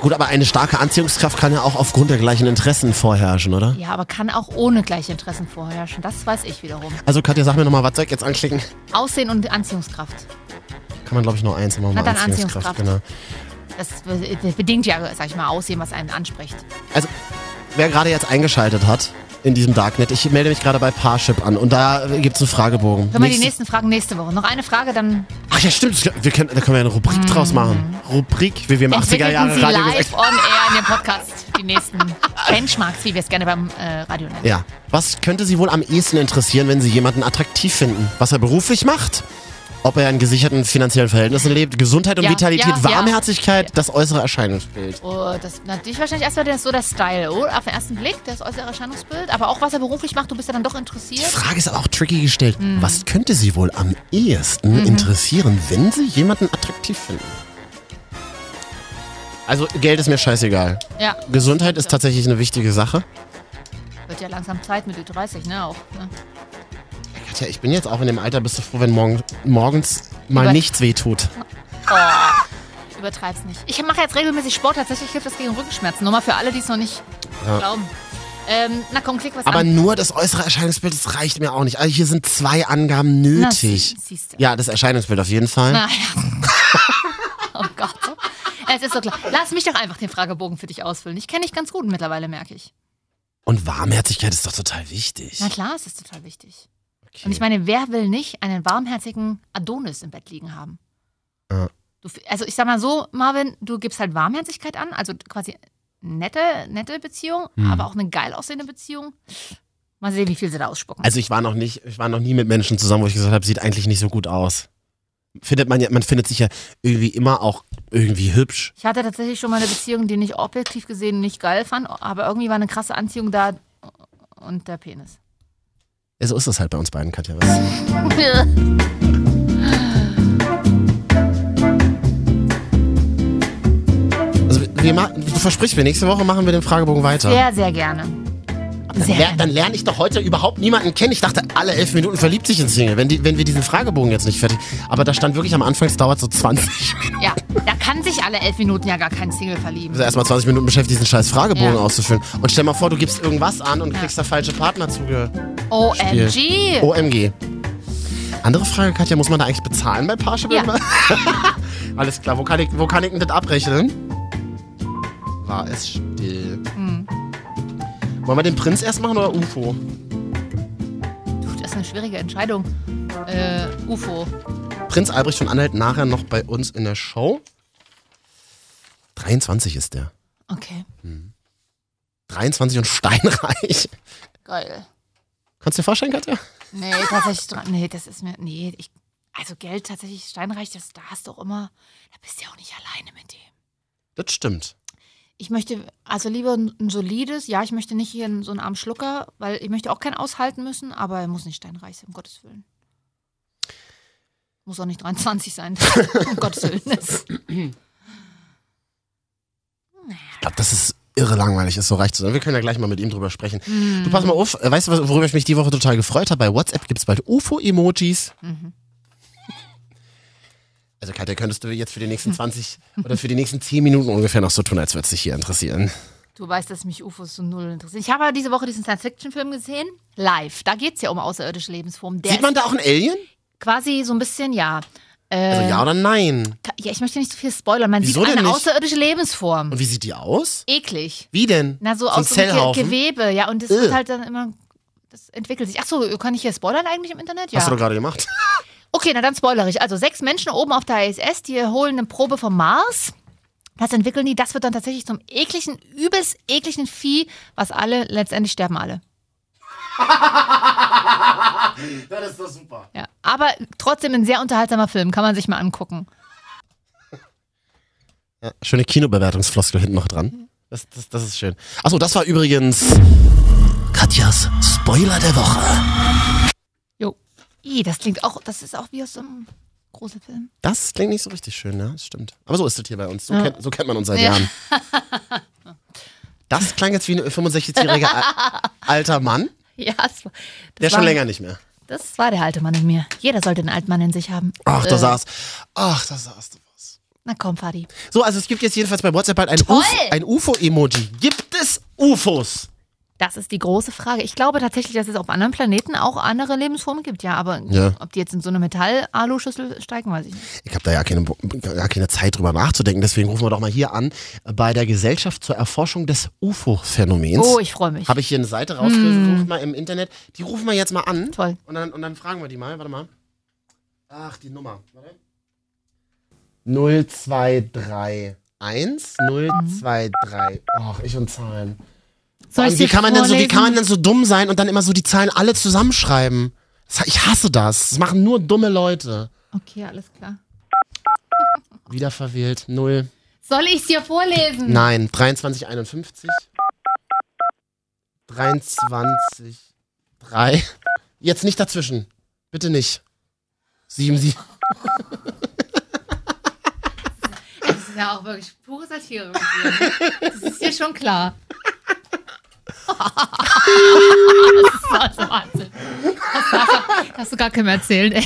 Gut, aber eine starke Anziehungskraft kann ja auch aufgrund der gleichen Interessen vorherrschen, oder? Ja, aber kann auch ohne gleiche Interessen vorherrschen. Das weiß ich wiederum. Also Katja, sag mir nochmal, was soll ich jetzt anklicken? Aussehen und Anziehungskraft. Kann man, glaube ich, nur eins machen. Na mal dann Anziehungskraft. Genau. Das be- das bedingt ja, sag ich mal, Aussehen, was einen anspricht. Also, wer gerade jetzt eingeschaltet hat in diesem Darknet, ich melde mich gerade bei Parship an und da gibt es einen Fragebogen. Können wir die Nächste- nächsten Fragen nächste Woche? Noch eine Frage, dann Ach ja, stimmt. Wir können, da können wir eine Rubrik draus machen. Rubrik, wie wir im 80er Mm. entwickelten Jahre Sie Radio live gesagt on air in dem Podcast die nächsten Benchmarks, wie wir es gerne beim äh, Radio nennen. Ja. Was könnte Sie wohl am ehesten interessieren, wenn Sie jemanden attraktiv finden? Was er beruflich macht? Ob er in gesicherten finanziellen Verhältnissen lebt? Gesundheit und Ja, Vitalität, ja, ja. Warmherzigkeit, das äußere Erscheinungsbild. Oh, das natürlich wahrscheinlich erstmal das, so der Style, oder? Auf den ersten Blick, das äußere Erscheinungsbild, aber auch was er beruflich macht, du bist ja dann doch Die interessiert. Frage ist aber auch tricky gestellt. Was könnte Sie wohl am ehesten Mhm. interessieren, wenn Sie jemanden attraktiv finden? Also Geld ist mir scheißegal. Ja, Gesundheit ist tatsächlich eine wichtige Sache. wird ja langsam Zeit mit 30, ne? Auch. Ne? Katja, ich bin jetzt auch in dem Alter, bist du froh, wenn morgen, morgens mal Über- nichts wehtut. Übertreib's nicht. Ich mache jetzt regelmäßig Sport, tatsächlich hilft das gegen Rückenschmerzen. Nur mal für alle, die es noch nicht glauben. Ähm, na komm, klick was Aber an. nur das äußere Erscheinungsbild, das reicht mir auch nicht. Also hier sind zwei Angaben nötig. Na, sie- siehst du. ja, das Erscheinungsbild auf jeden Fall. Na ja. oh Gott. Es ist so klar. Lass mich doch einfach den Fragebogen für dich ausfüllen. Ich kenne dich ganz gut mittlerweile, merke ich. Und Warmherzigkeit ist doch total wichtig. Na klar, es ist total wichtig. Okay. Und ich meine, wer will nicht einen warmherzigen Adonis im Bett liegen haben? Ja. Du, f- also ich sag mal so, Marvin, du gibst halt Warmherzigkeit an, also quasi nette, nette Beziehung, Hm. aber auch eine geil aussehende Beziehung. Mal sehen, wie viel sie da ausspucken. also ich war noch nicht, ich war noch nie mit Menschen zusammen, wo ich gesagt habe, sieht eigentlich nicht so gut aus. Findet man ja, man findet sich ja irgendwie immer auch irgendwie hübsch. ich hatte tatsächlich schon mal eine Beziehung, die ich objektiv gesehen nicht geil fand, aber irgendwie war eine krasse Anziehung da und der Penis. Ja, so ist das halt bei uns beiden, Katja. Was? Also wir, wir ma- du versprichst mir, nächste Woche machen wir den Fragebogen weiter. Sehr, sehr gerne. Dann, Sehr ler gerne. dann lerne ich doch heute überhaupt niemanden kennen. Ich dachte, alle elf Minuten verliebt sich ein Single, wenn, die, wenn wir diesen Fragebogen jetzt nicht fertig. Aber da stand wirklich am Anfang, es dauert so 20 Minuten. Ja, da kann sich alle elf Minuten ja gar kein Single verlieben. Also erstmal 20 Minuten beschäftigt, diesen scheiß Fragebogen Ja. auszufüllen. Und stell mal vor, du gibst irgendwas an und kriegst da falsche Partner zuge. OMG! OMG. Andere Frage, Katja, muss man da eigentlich bezahlen bei Parship? Ja. immer? Alles klar, wo kann, ich, wo kann ich denn das abrechnen? War es still. Wollen wir den Prinz erst machen oder UFO? Puh, das ist eine schwierige Entscheidung. Äh, UFO. Prinz Albrecht von Anhalt nachher noch bei uns in der Show. 23 ist der. Okay, 23 und steinreich. geil. Kannst du dir vorstellen, Katja? Nee, tatsächlich. dran- Nee, das ist mir. Nee, ich. Also Geld tatsächlich steinreich, das, da hast du auch immer. Da bist du ja auch nicht alleine mit dem. Das stimmt. Ich möchte, also lieber ein ein solides, ja, ich möchte nicht hier in so einen armen Schlucker, weil ich möchte auch keinen aushalten müssen, aber er muss nicht steinreich sein, um Gottes Willen. Muss auch nicht 23 sein, um Gottes Willen. Ich glaube, das ist irre langweilig, ist so reich zu sein. Wir können ja gleich mal mit ihm drüber sprechen. Du pass mal auf, äh, weißt du, was- worüber ich mich die Woche total gefreut habe? Bei WhatsApp gibt es bald UFO-Emojis. Mhm. Also Katja, könntest du jetzt für die nächsten 20 oder für die nächsten 10 Minuten ungefähr noch so tun, als würde es dich hier interessieren. Du weißt, dass mich UFOs so null interessieren. Ich habe ja diese Woche diesen Science-Fiction-Film gesehen, live. Da geht es ja um außerirdische Lebensformen. Der Sieht man da auch ein Alien? ist quasi so ein bisschen, ja. Äh. Also ja oder nein? Ka- Ja, ich möchte nicht zu viel spoilern. Man Wieso sieht denn eine nicht? außerirdische Lebensform. Und wie sieht die aus? Eklig. Wie denn? Na, so ein aus so einem Ge- Zellhaufen? Äh. Gewebe, ja. Und das Ugh. ist halt dann immer. Das entwickelt sich. Achso, kann ich hier spoilern eigentlich im Internet? Ja. Hast du doch gerade gemacht. Okay, na dann spoilere ich. Also sechs Menschen oben auf der ISS, die holen eine Probe vom Mars. Das entwickeln die, das wird dann tatsächlich zum ekligen, übelst ekligen Vieh, was alle, letztendlich sterben alle. Das ist doch super. Ja. Aber trotzdem ein sehr unterhaltsamer Film, kann man sich mal angucken. Ja, schöne Kinobewertungsfloskel hinten noch dran. Das, das, das ist schön. Achso, das war übrigens Katjas Spoiler der Woche. Jo. I, das klingt auch, das ist auch wie aus so einem großen Film. Das klingt nicht so richtig schön, ne? Das stimmt. Aber so ist es hier bei uns. So, Ja. kennt, so kennt man uns seit Ja. Jahren. Das klang jetzt wie ein 65-jähriger al- alter Mann, Ja, das war, das der war, schon länger nicht mehr. Das war der alte Mann in mir. Jeder sollte einen alten Mann in sich haben. Ach, da Äh. saß. Ach, da saß du was. Na komm, Fadi. So, also es gibt jetzt jedenfalls bei WhatsApp halt ein, Toll! Ufo- ein UFO-Emoji. Gibt es UFOs? Das ist die große Frage. Ich glaube tatsächlich, dass es auf anderen Planeten auch andere Lebensformen gibt, ja. Aber Ja. ob die jetzt in so eine Metall-Alu-Schüssel steigen, weiß ich nicht. Ich habe da ja keine, Bo- gar keine Zeit drüber nachzudenken, deswegen rufen wir doch mal hier an. Bei der Gesellschaft zur Erforschung des UFO-Phänomens. Oh, ich Hm. freue mich. Habe ich hier eine Seite rausgesucht, mal im Internet. Die rufen wir jetzt mal an. Toll. Und dann, und dann fragen wir die mal. Warte mal. Ach, die Nummer. Warte. 0231 023. Ach, ich und Zahlen. Soll ich Und Also, wie, dir kann man denn so, wie vorlesen? kann man denn so dumm sein und dann immer so die Zahlen alle zusammenschreiben? Das- Ich hasse das. Das machen nur dumme Leute. Okay, alles klar. Wieder verwählt. Null. Soll ich es dir vorlesen? Nein. 2351. 23. 3. Jetzt nicht dazwischen. Bitte nicht. 7, 7. Das ist ja auch wirklich pure Satire. mit dir. Das ist dir schon klar. das ist also Wahnsinn. Das hast du gar keinem erzählt, ey.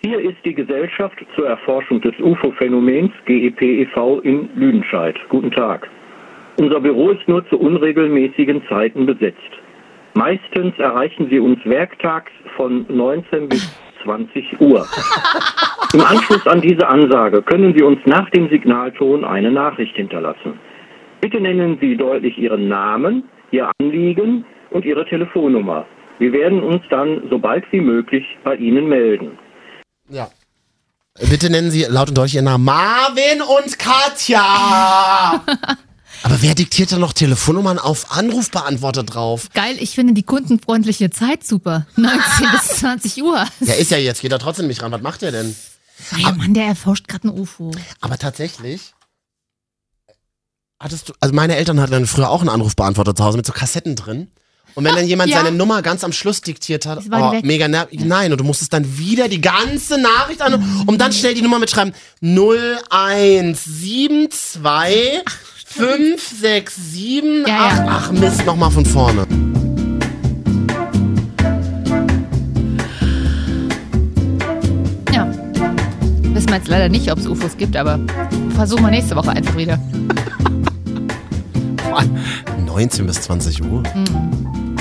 Hier ist die Gesellschaft zur Erforschung des UFO-Phänomens GEP e.V. E in Lüdenscheid. Guten Tag. Unser Büro ist nur zu unregelmäßigen Zeiten besetzt. Meistens erreichen Sie uns werktags von 19 bis 20 Uhr. Im Anschluss an diese Ansage können Sie uns nach dem Signalton eine Nachricht hinterlassen. Bitte nennen Sie deutlich Ihren Namen, Ihr Anliegen und Ihre Telefonnummer. Wir werden uns dann sobald wie möglich bei Ihnen melden. Ja. Bitte nennen Sie laut und deutlich Ihren Namen. Marvin und Katja! Aber wer diktiert da noch Telefonnummern auf Anrufbeantworter drauf? Geil, ich finde die kundenfreundliche Zeit super. 19 bis 20 Uhr. Ja, ist ja jetzt. Geht da trotzdem nicht ran. Was macht der denn? Ey, Mann, der erforscht gerade ein UFO. Aber tatsächlich. Hattest du, also meine Eltern hatten dann früher auch einen Anrufbeantworter zu Hause mit so Kassetten drin. Und wenn dann jemand Ah, Ja. seine Nummer ganz am Schluss diktiert hat, Das war oh, weg. mega nerv. Nein, und du musstest dann wieder die ganze Nachricht an, um dann schnell die Nummer mitschreiben. 0172 567 Ja, ja. Ach, Mist, nochmal von vorne. Ja. Wissen wir jetzt leider nicht, ob es UFOs gibt, aber versuchen wir nächste Woche einfach wieder. 19 bis 20 Uhr. Mhm.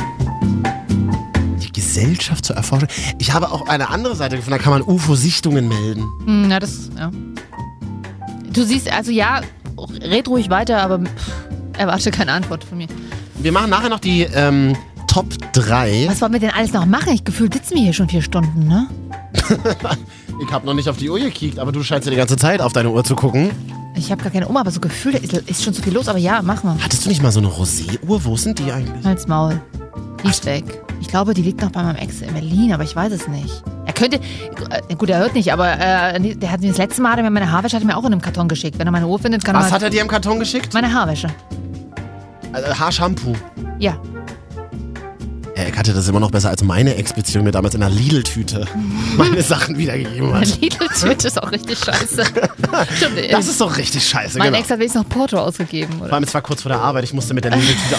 Die Gesellschaft zur Erforschung. Ich habe auch eine andere Seite gefunden, da kann man UFO-Sichtungen melden. Hm, ja, das, ja. Du siehst, also ja, red ruhig weiter, aber pff, erwarte keine Antwort von mir. Wir machen nachher noch die ähm, Top 3. Was wollen wir denn alles noch machen? Ich gefühlt sitzen wir hier schon vier Stunden, ne? Ich habe noch nicht auf die Uhr gekickt, aber du scheinst ja die ganze Zeit auf deine Uhr zu gucken. Ich habe gar keine Oma, aber so gefühlt ist, ist schon so viel los, aber ja, machen Hattest du nicht mal so eine Rosé-Uhr? Wo sind die eigentlich? wir. Halt's Maul. Die ist weg. Ich glaube, die liegt noch bei meinem Ex in Berlin, aber ich weiß es nicht. Er könnte, äh, gut, er hört nicht, aber äh, der hat mir das letzte Mal, hat er mir meine Haarwäsche hat er mir auch in einem Karton geschickt. Wenn er meine Uhr findet, kann Was er hat er dir im Karton geschickt? meine Haarwäsche. Also Haarshampoo. Ja, Äh, Ich hatte das immer noch besser als meine Ex-Beziehung mir damals in einer Lidl-Tüte meine Sachen wiedergegeben meine hat. Lidl-Tüte ist auch richtig scheiße. Stimmt, äh, Das ist doch richtig scheiße, mein genau. Ex hat wenigstens noch Porto ausgegeben. Oder? Vor allem, es war kurz vor der Arbeit, ich musste mit der Lidl-Tüte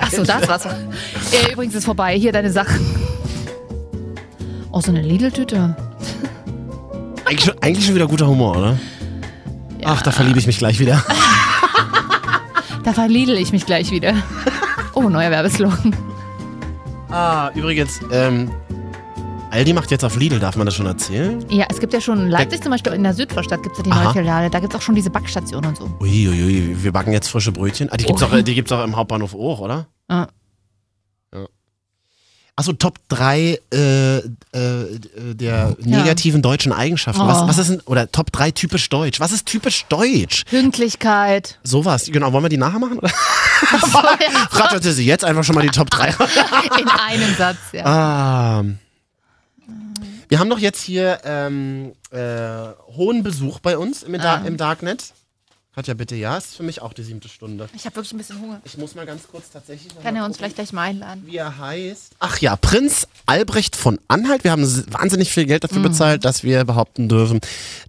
Achso, das war's. Äh, übrigens ist vorbei. Hier deine Sachen. Oh, so eine Lidl-Tüte. Eigentlich schon, eigentlich schon wieder guter Humor, oder? Ach, da verliebe ich mich gleich wieder. Da verlidel ich mich gleich wieder. Oh, neuer Werbeslogan. Ah, übrigens, ähm, Aldi macht jetzt auf Lidl, darf man das schon erzählen? Ja, es gibt ja schon in Leipzig zum Beispiel, in der Südvorstadt gibt es ja die Aha. neue Filiale. Da gibt es auch schon diese Backstation und so. Uiuiui, wir backen jetzt frische Brötchen. Ah, die gibt's, auch, die gibt's auch im Hauptbahnhof auch, oder? Ja. Ja. Achso, Top 3 äh, äh, der negativen deutschen Eigenschaften. Was, Oh. was ist denn, oder Top 3 typisch deutsch? Was ist typisch deutsch? Pünktlichkeit. Sowas, genau. Wollen wir die nachher machen? Ratterte sie jetzt einfach schon mal die Top 3 In einem Satz, ja. Ah. Wir haben doch jetzt hier ähm, äh, hohen Besuch bei uns im, Da- im Darknet. Katja, bitte, ja, ist für mich auch die siebte Stunde. Ich habe wirklich ein bisschen Hunger. Ich muss mal ganz kurz tatsächlich. noch Kann mal er uns gucken, vielleicht gleich mal einladen? Wie er heißt. Ach ja, Prinz Albrecht von Anhalt. Wir haben s- wahnsinnig viel Geld Mhm. dafür bezahlt, dass wir behaupten dürfen,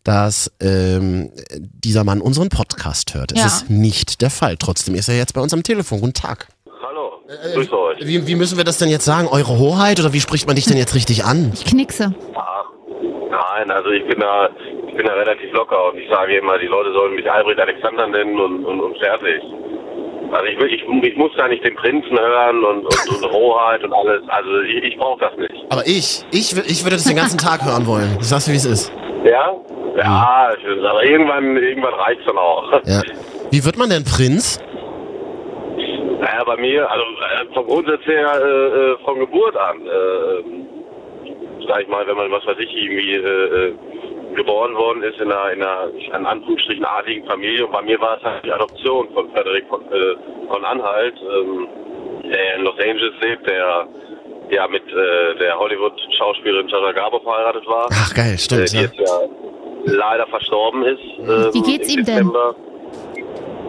dass ähm, dieser Mann unseren Podcast hört. Ja. Es ist nicht der Fall. Trotzdem ist er jetzt bei uns am Telefon. Guten Tag. Hallo, grüße euch. Äh, Wie, wie müssen wir das denn jetzt sagen? Eure Hoheit oder wie spricht man dich denn jetzt richtig an? Ich knickse. Ach, nein, Ah, also ich bin da bin da relativ locker und ich sage immer, die Leute sollen mich Albrecht Alexander nennen und, und, und fertig. Also ich, will- ich, ich muss da nicht den Prinzen hören und, und, und Rohheit und alles. Also ich, ich brauche das nicht. Aber ich, ich, wür- ich würde das den ganzen Tag hören wollen. Ich sag's dir, wie es ist. Ja? Ja, ich will, aber irgendwann, irgendwann reicht's dann auch. Mhm. Ja. Wie wird man denn Prinz? Naja, bei mir, also äh, vom Grundsatz her, äh, äh, von Geburt an, äh, ähm, sag ich mal, wenn man, was weiß ich, irgendwie äh, äh, geboren worden ist in einer, in einer in Anführungsstrichen adligen Familie, und bei mir war es halt die Adoption von Frederik von, äh, von Anhalt, ähm, der in Los Angeles lebt, der ja mit äh, der Hollywood-Schauspielerin Sandra Garbo verheiratet war, Ach geil, äh, stimmt. die Ja. jetzt ja leider verstorben ist. Ähm, Wie geht's im ihm denn? Dezember.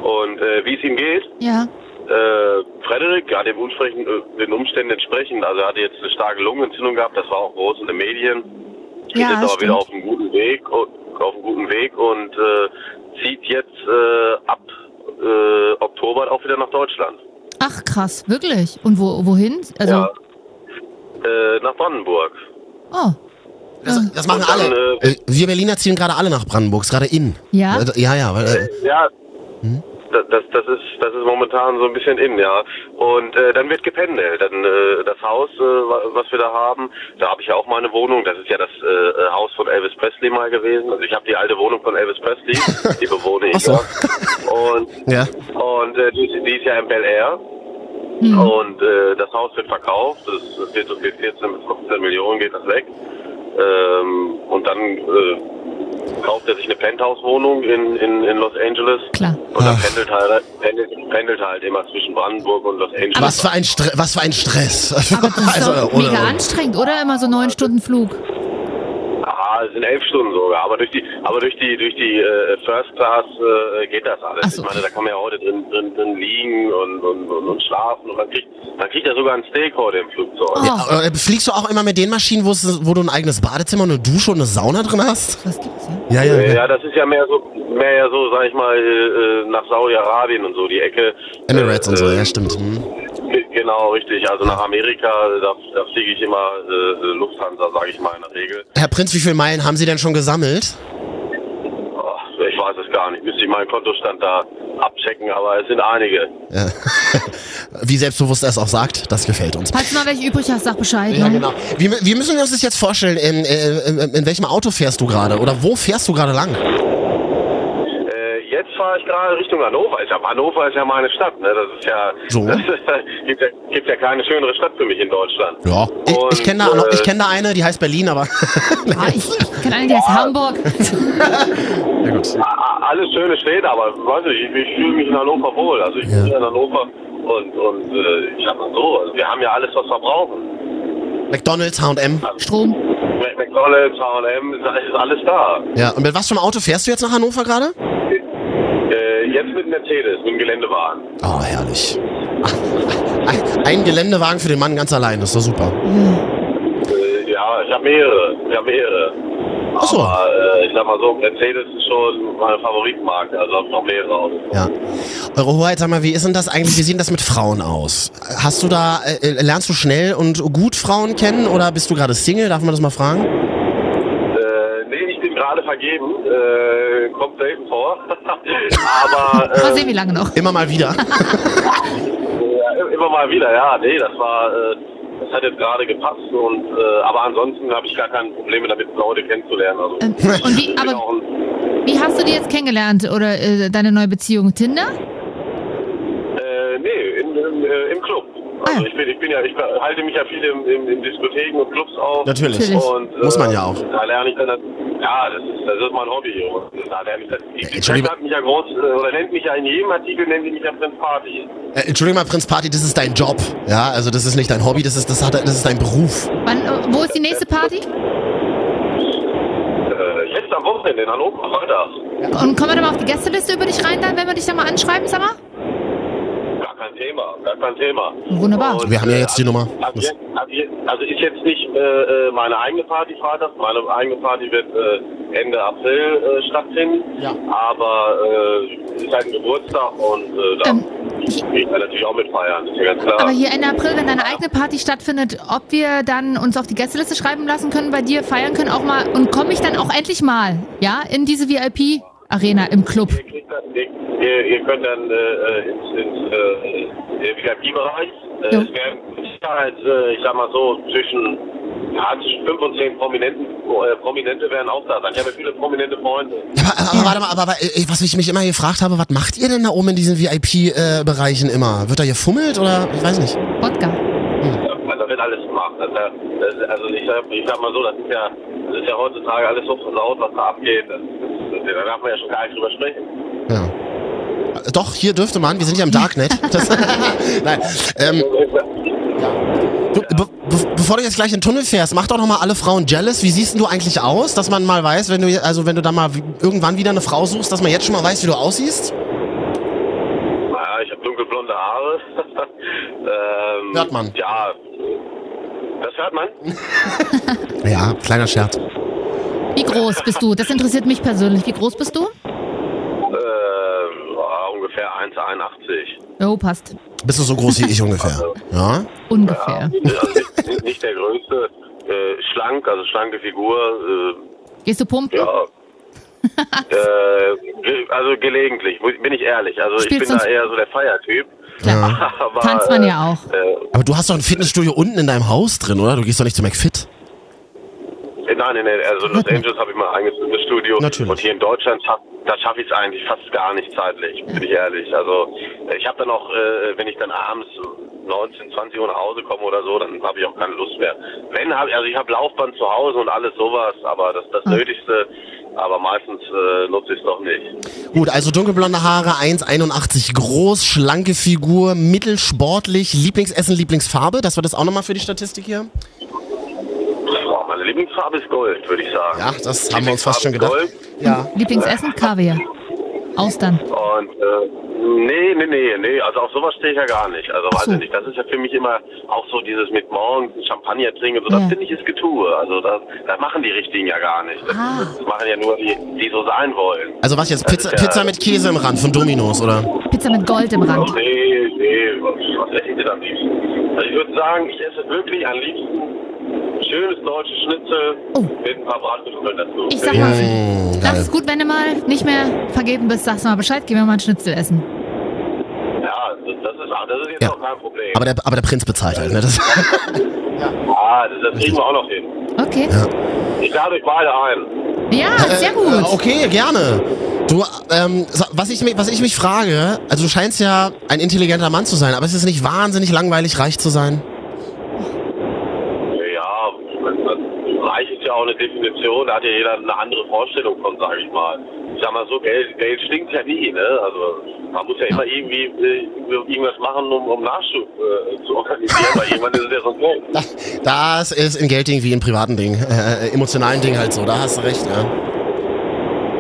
Und äh, wie es ihm geht, Ja. äh, Frederik, ja, dem entsprechend, äh, den Umständen entsprechend, also er hatte jetzt eine starke Lungenentzündung gehabt, das war auch groß in den Medien. Ja, ist jetzt aber stimmt. wieder auf einem guten Weg, und- auf einem guten Weg und äh, zieht jetzt äh, ab äh, Oktober auch wieder nach Deutschland. Ach krass, wirklich. Und wo, wohin? Also, Ja. Äh, nach Brandenburg. oh. Das, das machen Und dann, alle. Äh, Wir Berliner ziehen gerade alle nach Brandenburg, ist gerade in. Ja? Äh, Ja, ja, weil, äh, Ja. Hm? Das, das, das ist das ist momentan so ein bisschen in, ja. Und äh, dann wird gependelt. Dann äh, das Haus, äh, wa- was wir da haben, da habe ich ja auch meine Wohnung. Das ist ja das äh, Haus von Elvis Presley mal gewesen. Also ich habe die alte Wohnung von Elvis Presley, die bewohne Ach ich. so. ja. Und ja. und äh, die, ist- die ist ja in Bel Air. Hm. Und äh, das Haus wird verkauft. Das wird so für 14 bis 15 Millionen geht das weg. Ähm, und dann äh, kauft er sich eine Penthouse-Wohnung in, in, in Los Angeles. Klar. Und dann Ach. pendelt halt, pendelt, pendelt halt immer zwischen Brandenburg und Los Angeles. Was für ein Stre was für ein Stress. Also, Aber das ist doch ohne- mega anstrengend, oder? Immer so neun Stunden Flug. Ah, es sind elf Stunden sogar, aber durch die, aber durch die, durch die äh, First Class äh, geht das Ach alles. so. Ich meine, da kann man ja heute drin, drin, drin liegen und, und, und, und schlafen und man kriegt, man kriegt ja sogar ein Steak heute im Flugzeug. Oh. Ja, aber äh, fliegst du auch immer mit den Maschinen, wo, es, wo du ein eigenes Badezimmer, eine Dusche und eine Sauna drin hast? Was gibt's ja? Ah, Ja, Äh, Ja, das ist ja mehr so, mehr ja so, sag ich mal, äh, äh, nach Saudi-Arabien und so die Ecke. Emirates Äh, und so, äh, ja, stimmt. Hm. Genau, richtig. Also nach Amerika, da, da fliege ich immer äh, Lufthansa, sage ich mal in der Regel. Herr Prinz, wie viele Meilen haben Sie denn schon gesammelt? Oh, ich weiß es gar nicht. Müsste ich meinen Kontostand da abchecken, aber es sind einige. Ja. Wie selbstbewusst er es auch sagt, das gefällt uns. Falls du noch welche übrig hast, sag Bescheid. Ja, ne? genau. Wir, wir müssen uns das jetzt vorstellen, in, äh, in, in welchem Auto fährst du gerade oder wo fährst du gerade lang? Äh, jetzt fahre ich gerade Richtung Hannover. Ich hab, Hannover ist ja meine Stadt, ne? Das ist ja, So. das gibt, ja gibt ja keine schönere Stadt für mich in Deutschland. Ja. Ich, ich Und, kenne da, äh, ich kenn da eine, die heißt Berlin, aber Ah, ich ich kenne einen, der ist Hamburg. ja, gut. A- a- alles schöne Städte, aber weiß nicht, ich, ich fühle mich in Hannover wohl. Also ich Ja. bin ja in Hannover und, und äh, ich sag mal so, also wir haben ja alles, was wir brauchen. McDonalds, H&M. Strom. Mac- McDonalds, H&M, ist, ist alles da. Ja, und mit was für einem Auto fährst du jetzt nach Hannover gerade? Äh, jetzt mit Mercedes, mit dem Geländewagen. Oh, herrlich. Ein, ein Geländewagen für den Mann ganz allein, das ist doch super. Äh, ja, ich habe mehrere, ich habe mehrere. Ach so. Aber äh, ich sag mal so, Mercedes ist schon meine Favoritmarke, also hab ich noch mehrere Autos. Ja. Eure Hoheit, sag mal, wie ist denn das eigentlich? Wie sieht denn das mit Frauen aus? Hast du da, äh, lernst du schnell und gut Frauen kennen oder bist du gerade Single? Darf man das mal fragen? Äh, nee, ich bin gerade vergeben, äh, kommt selten vor. aber Mal äh, sehen, wie lange noch. Immer mal wieder. Ja, immer mal wieder, ja. Nee, das war, äh, das hat jetzt gerade gepasst und äh, aber ansonsten habe ich gar keine Probleme damit, Leute kennenzulernen. Also Ähm, und wie- ich bin aber- auch ein, Wie hast du die jetzt kennengelernt oder äh, deine neue Beziehung? Tinder? äh, nee, in, in, äh, im Club. Ah. Also ich bin, ich bin ja, ich halte mich ja viel im, im, in Diskotheken und Clubs auf. Natürlich. Natürlich. Und, äh, Muss man ja auch. Da lerne ich dann, ja, das ist, das ist mein Hobby. Junge. Da lerne ich das. Die Entschuldigung. Presse hat mich ja groß, äh, oder nennt mich ja in jedem Artikel, nennt sie mich ja Prinz Party. Äh, Entschuldigung mal, Prinz Party, das ist dein Job. Ja, also das ist nicht dein Hobby, das ist, das hat, das ist dein Beruf. Wann, äh, wo ist die nächste Party? Äh, jetzt am Wochenende in Hannover, Freitag. Und kommen wir dann mal auf die Gästeliste über dich rein, dann, wenn wir dich dann mal anschreiben, sag mal? Gar kein Thema, gar kein Thema. Wunderbar. Wir haben ja äh, jetzt die Nummer. ab jetzt- ab jetzt- Also ist jetzt nicht äh, äh, meine eigene Party Freitag. Meine eigene Party wird äh, Ende April äh, stattfinden. Ja. Aber äh, ist halt ein Geburtstag und äh, da Ähm, Ich kann natürlich auch mitfeiern, ist ja ganz klar. Aber hier Ende April, wenn deine eigene Party stattfindet, ob wir dann uns auf die Gästeliste schreiben lassen können, bei dir feiern können auch mal und komme ich dann auch endlich mal, ja, in diese VIP Arena im Club. Ihr, kriegt dann, ihr- ihr, ihr könnt dann äh, äh, ins, ins äh, VIP-Bereich. Äh, Jo. es werden mit Sicherheit, äh, ich sag mal so, zwischen, ja, zwischen 5 und 10 Prominenten, äh, Prominente werden auch da sein. Ich habe ja viele prominente Freunde. Aber, aber warte mal, aber, aber äh, was ich mich immer gefragt habe, was macht ihr denn da oben in diesen VIP-Bereichen immer? Wird da gefummelt oder ich weiß nicht? Wodka. Also da wird alles gemacht. Also, da- das- also ich, sag, ich sag mal so, das ist ja, das ist ja heutzutage alles so versaut, was da abgeht. Das, das, da darf man ja schon gar nicht drüber sprechen. Ja. Äh, Doch, hier dürfte man, wir sind ja im Darknet. Das, nein. Ähm, du, be be bevor du jetzt gleich in den Tunnel fährst, mach doch nochmal alle Frauen jealous. Wie siehst denn du eigentlich aus, dass man mal weiß, wenn du, je- also wenn du da mal wie- irgendwann wieder eine Frau suchst, dass man jetzt schon mal weiß, wie du aussiehst? Naja, ich habe dunkelblonde Haare. ähm, Hört man. Ja. Das hört man? Ja, kleiner Scherz. Wie groß bist du? Das interessiert mich persönlich. Wie groß bist du? Ähm, ah, ungefähr 1,81. Jo, passt. Bist du so groß wie ich ungefähr? Ja. Ungefähr. Also nicht, nicht der größte. Äh, schlank, also schlanke Figur. Äh, Gehst du pumpen? Ja. äh, ge- also gelegentlich, mu- bin ich ehrlich. Also ich Spielst bin uns- da eher so der Feiertyp. Klar. Aber, Tanzt man äh, ja auch. Äh, Aber du hast doch ein Fitnessstudio unten in deinem Haus drin, oder? Du gehst doch nicht zu McFit. nein, nein, nein, also Los Angeles habe ich mal eingezogen, das Studio. Natürlich. Und hier in Deutschland, schaff- da schaffe ich es eigentlich fast gar nicht zeitlich, bin ich ehrlich. Also ich habe dann auch, äh, wenn ich dann abends 19, 20 Uhr nach Hause komme oder so, dann habe ich auch keine Lust mehr. Wenn, hab, also ich habe Laufband zu Hause und alles sowas, aber das Ah. das Nötigste. Aber meistens äh, nutze ich es doch nicht. Gut, also dunkelblonde Haare, 1,81 groß, schlanke Figur, mittelsportlich, Lieblingsessen, Lieblingsfarbe. Das war das auch nochmal für die Statistik hier. Boah, meine Lieblingsfarbe ist Gold, würde ich sagen. Ja, das haben wir uns fast schon gedacht. Gold. Ja. Lieblingsessen? Kaviar. Austern. Und äh, nee, nee, nee, nee, also auf sowas stehe ich ja gar nicht. Also weiß so. ich nicht. Das ist ja für mich immer auch so dieses mit morgens ein Champagner trinken und so, das Ja. finde ich ist Getue. Also das, das machen die Richtigen ja gar nicht. Das, Ah. das machen ja nur die, die so sein wollen. Also was jetzt? Das Äh, Pizza, ist ja- Pizza mit Käse im Rand von Dominos, oder? Pizza mit Gold im Oh, Rand. nee, nee, was, was esse ich denn am liebsten? Also ich würde sagen, ich esse wirklich am liebsten schönes deutsches Schnitzel Oh. mit ein paar Bratkartoffeln dazu. Ich sag mal, Mm, das ist gut, wenn du mal nicht mehr vergeben bist. Sagst du mal Bescheid, gehen wir mal ein Schnitzel essen. ja, das, das ist, das ist jetzt Ja. auch kein Problem. Aber der, aber der Prinz bezahlt halt, ne? Das, Ah, das, das kriegen wir auch noch hin. Okay. Ich lade euch beide ein. Ja, sehr Äh, gut. okay, gerne. Du, ähm, so- was ich, mich- was ich mich frage, also du scheinst ja ein intelligenter Mann zu sein, aber ist es nicht wahnsinnig langweilig, reich zu sein? Ja, das reich ist ja auch eine Definition, da hat ja jeder eine andere Vorstellung von, sage ich mal. Ich sag mal so, Geld, Geld stinkt ja nie, ne? Also man muss ja immer irgendwie äh, irgendwas machen, um, um Nachschub äh, zu organisieren, weil irgendwann ist es ja so Geld. Das ist in Gelddingen wie in privaten Dingen, äh, emotionalen Dingen halt so, da hast du recht, ja.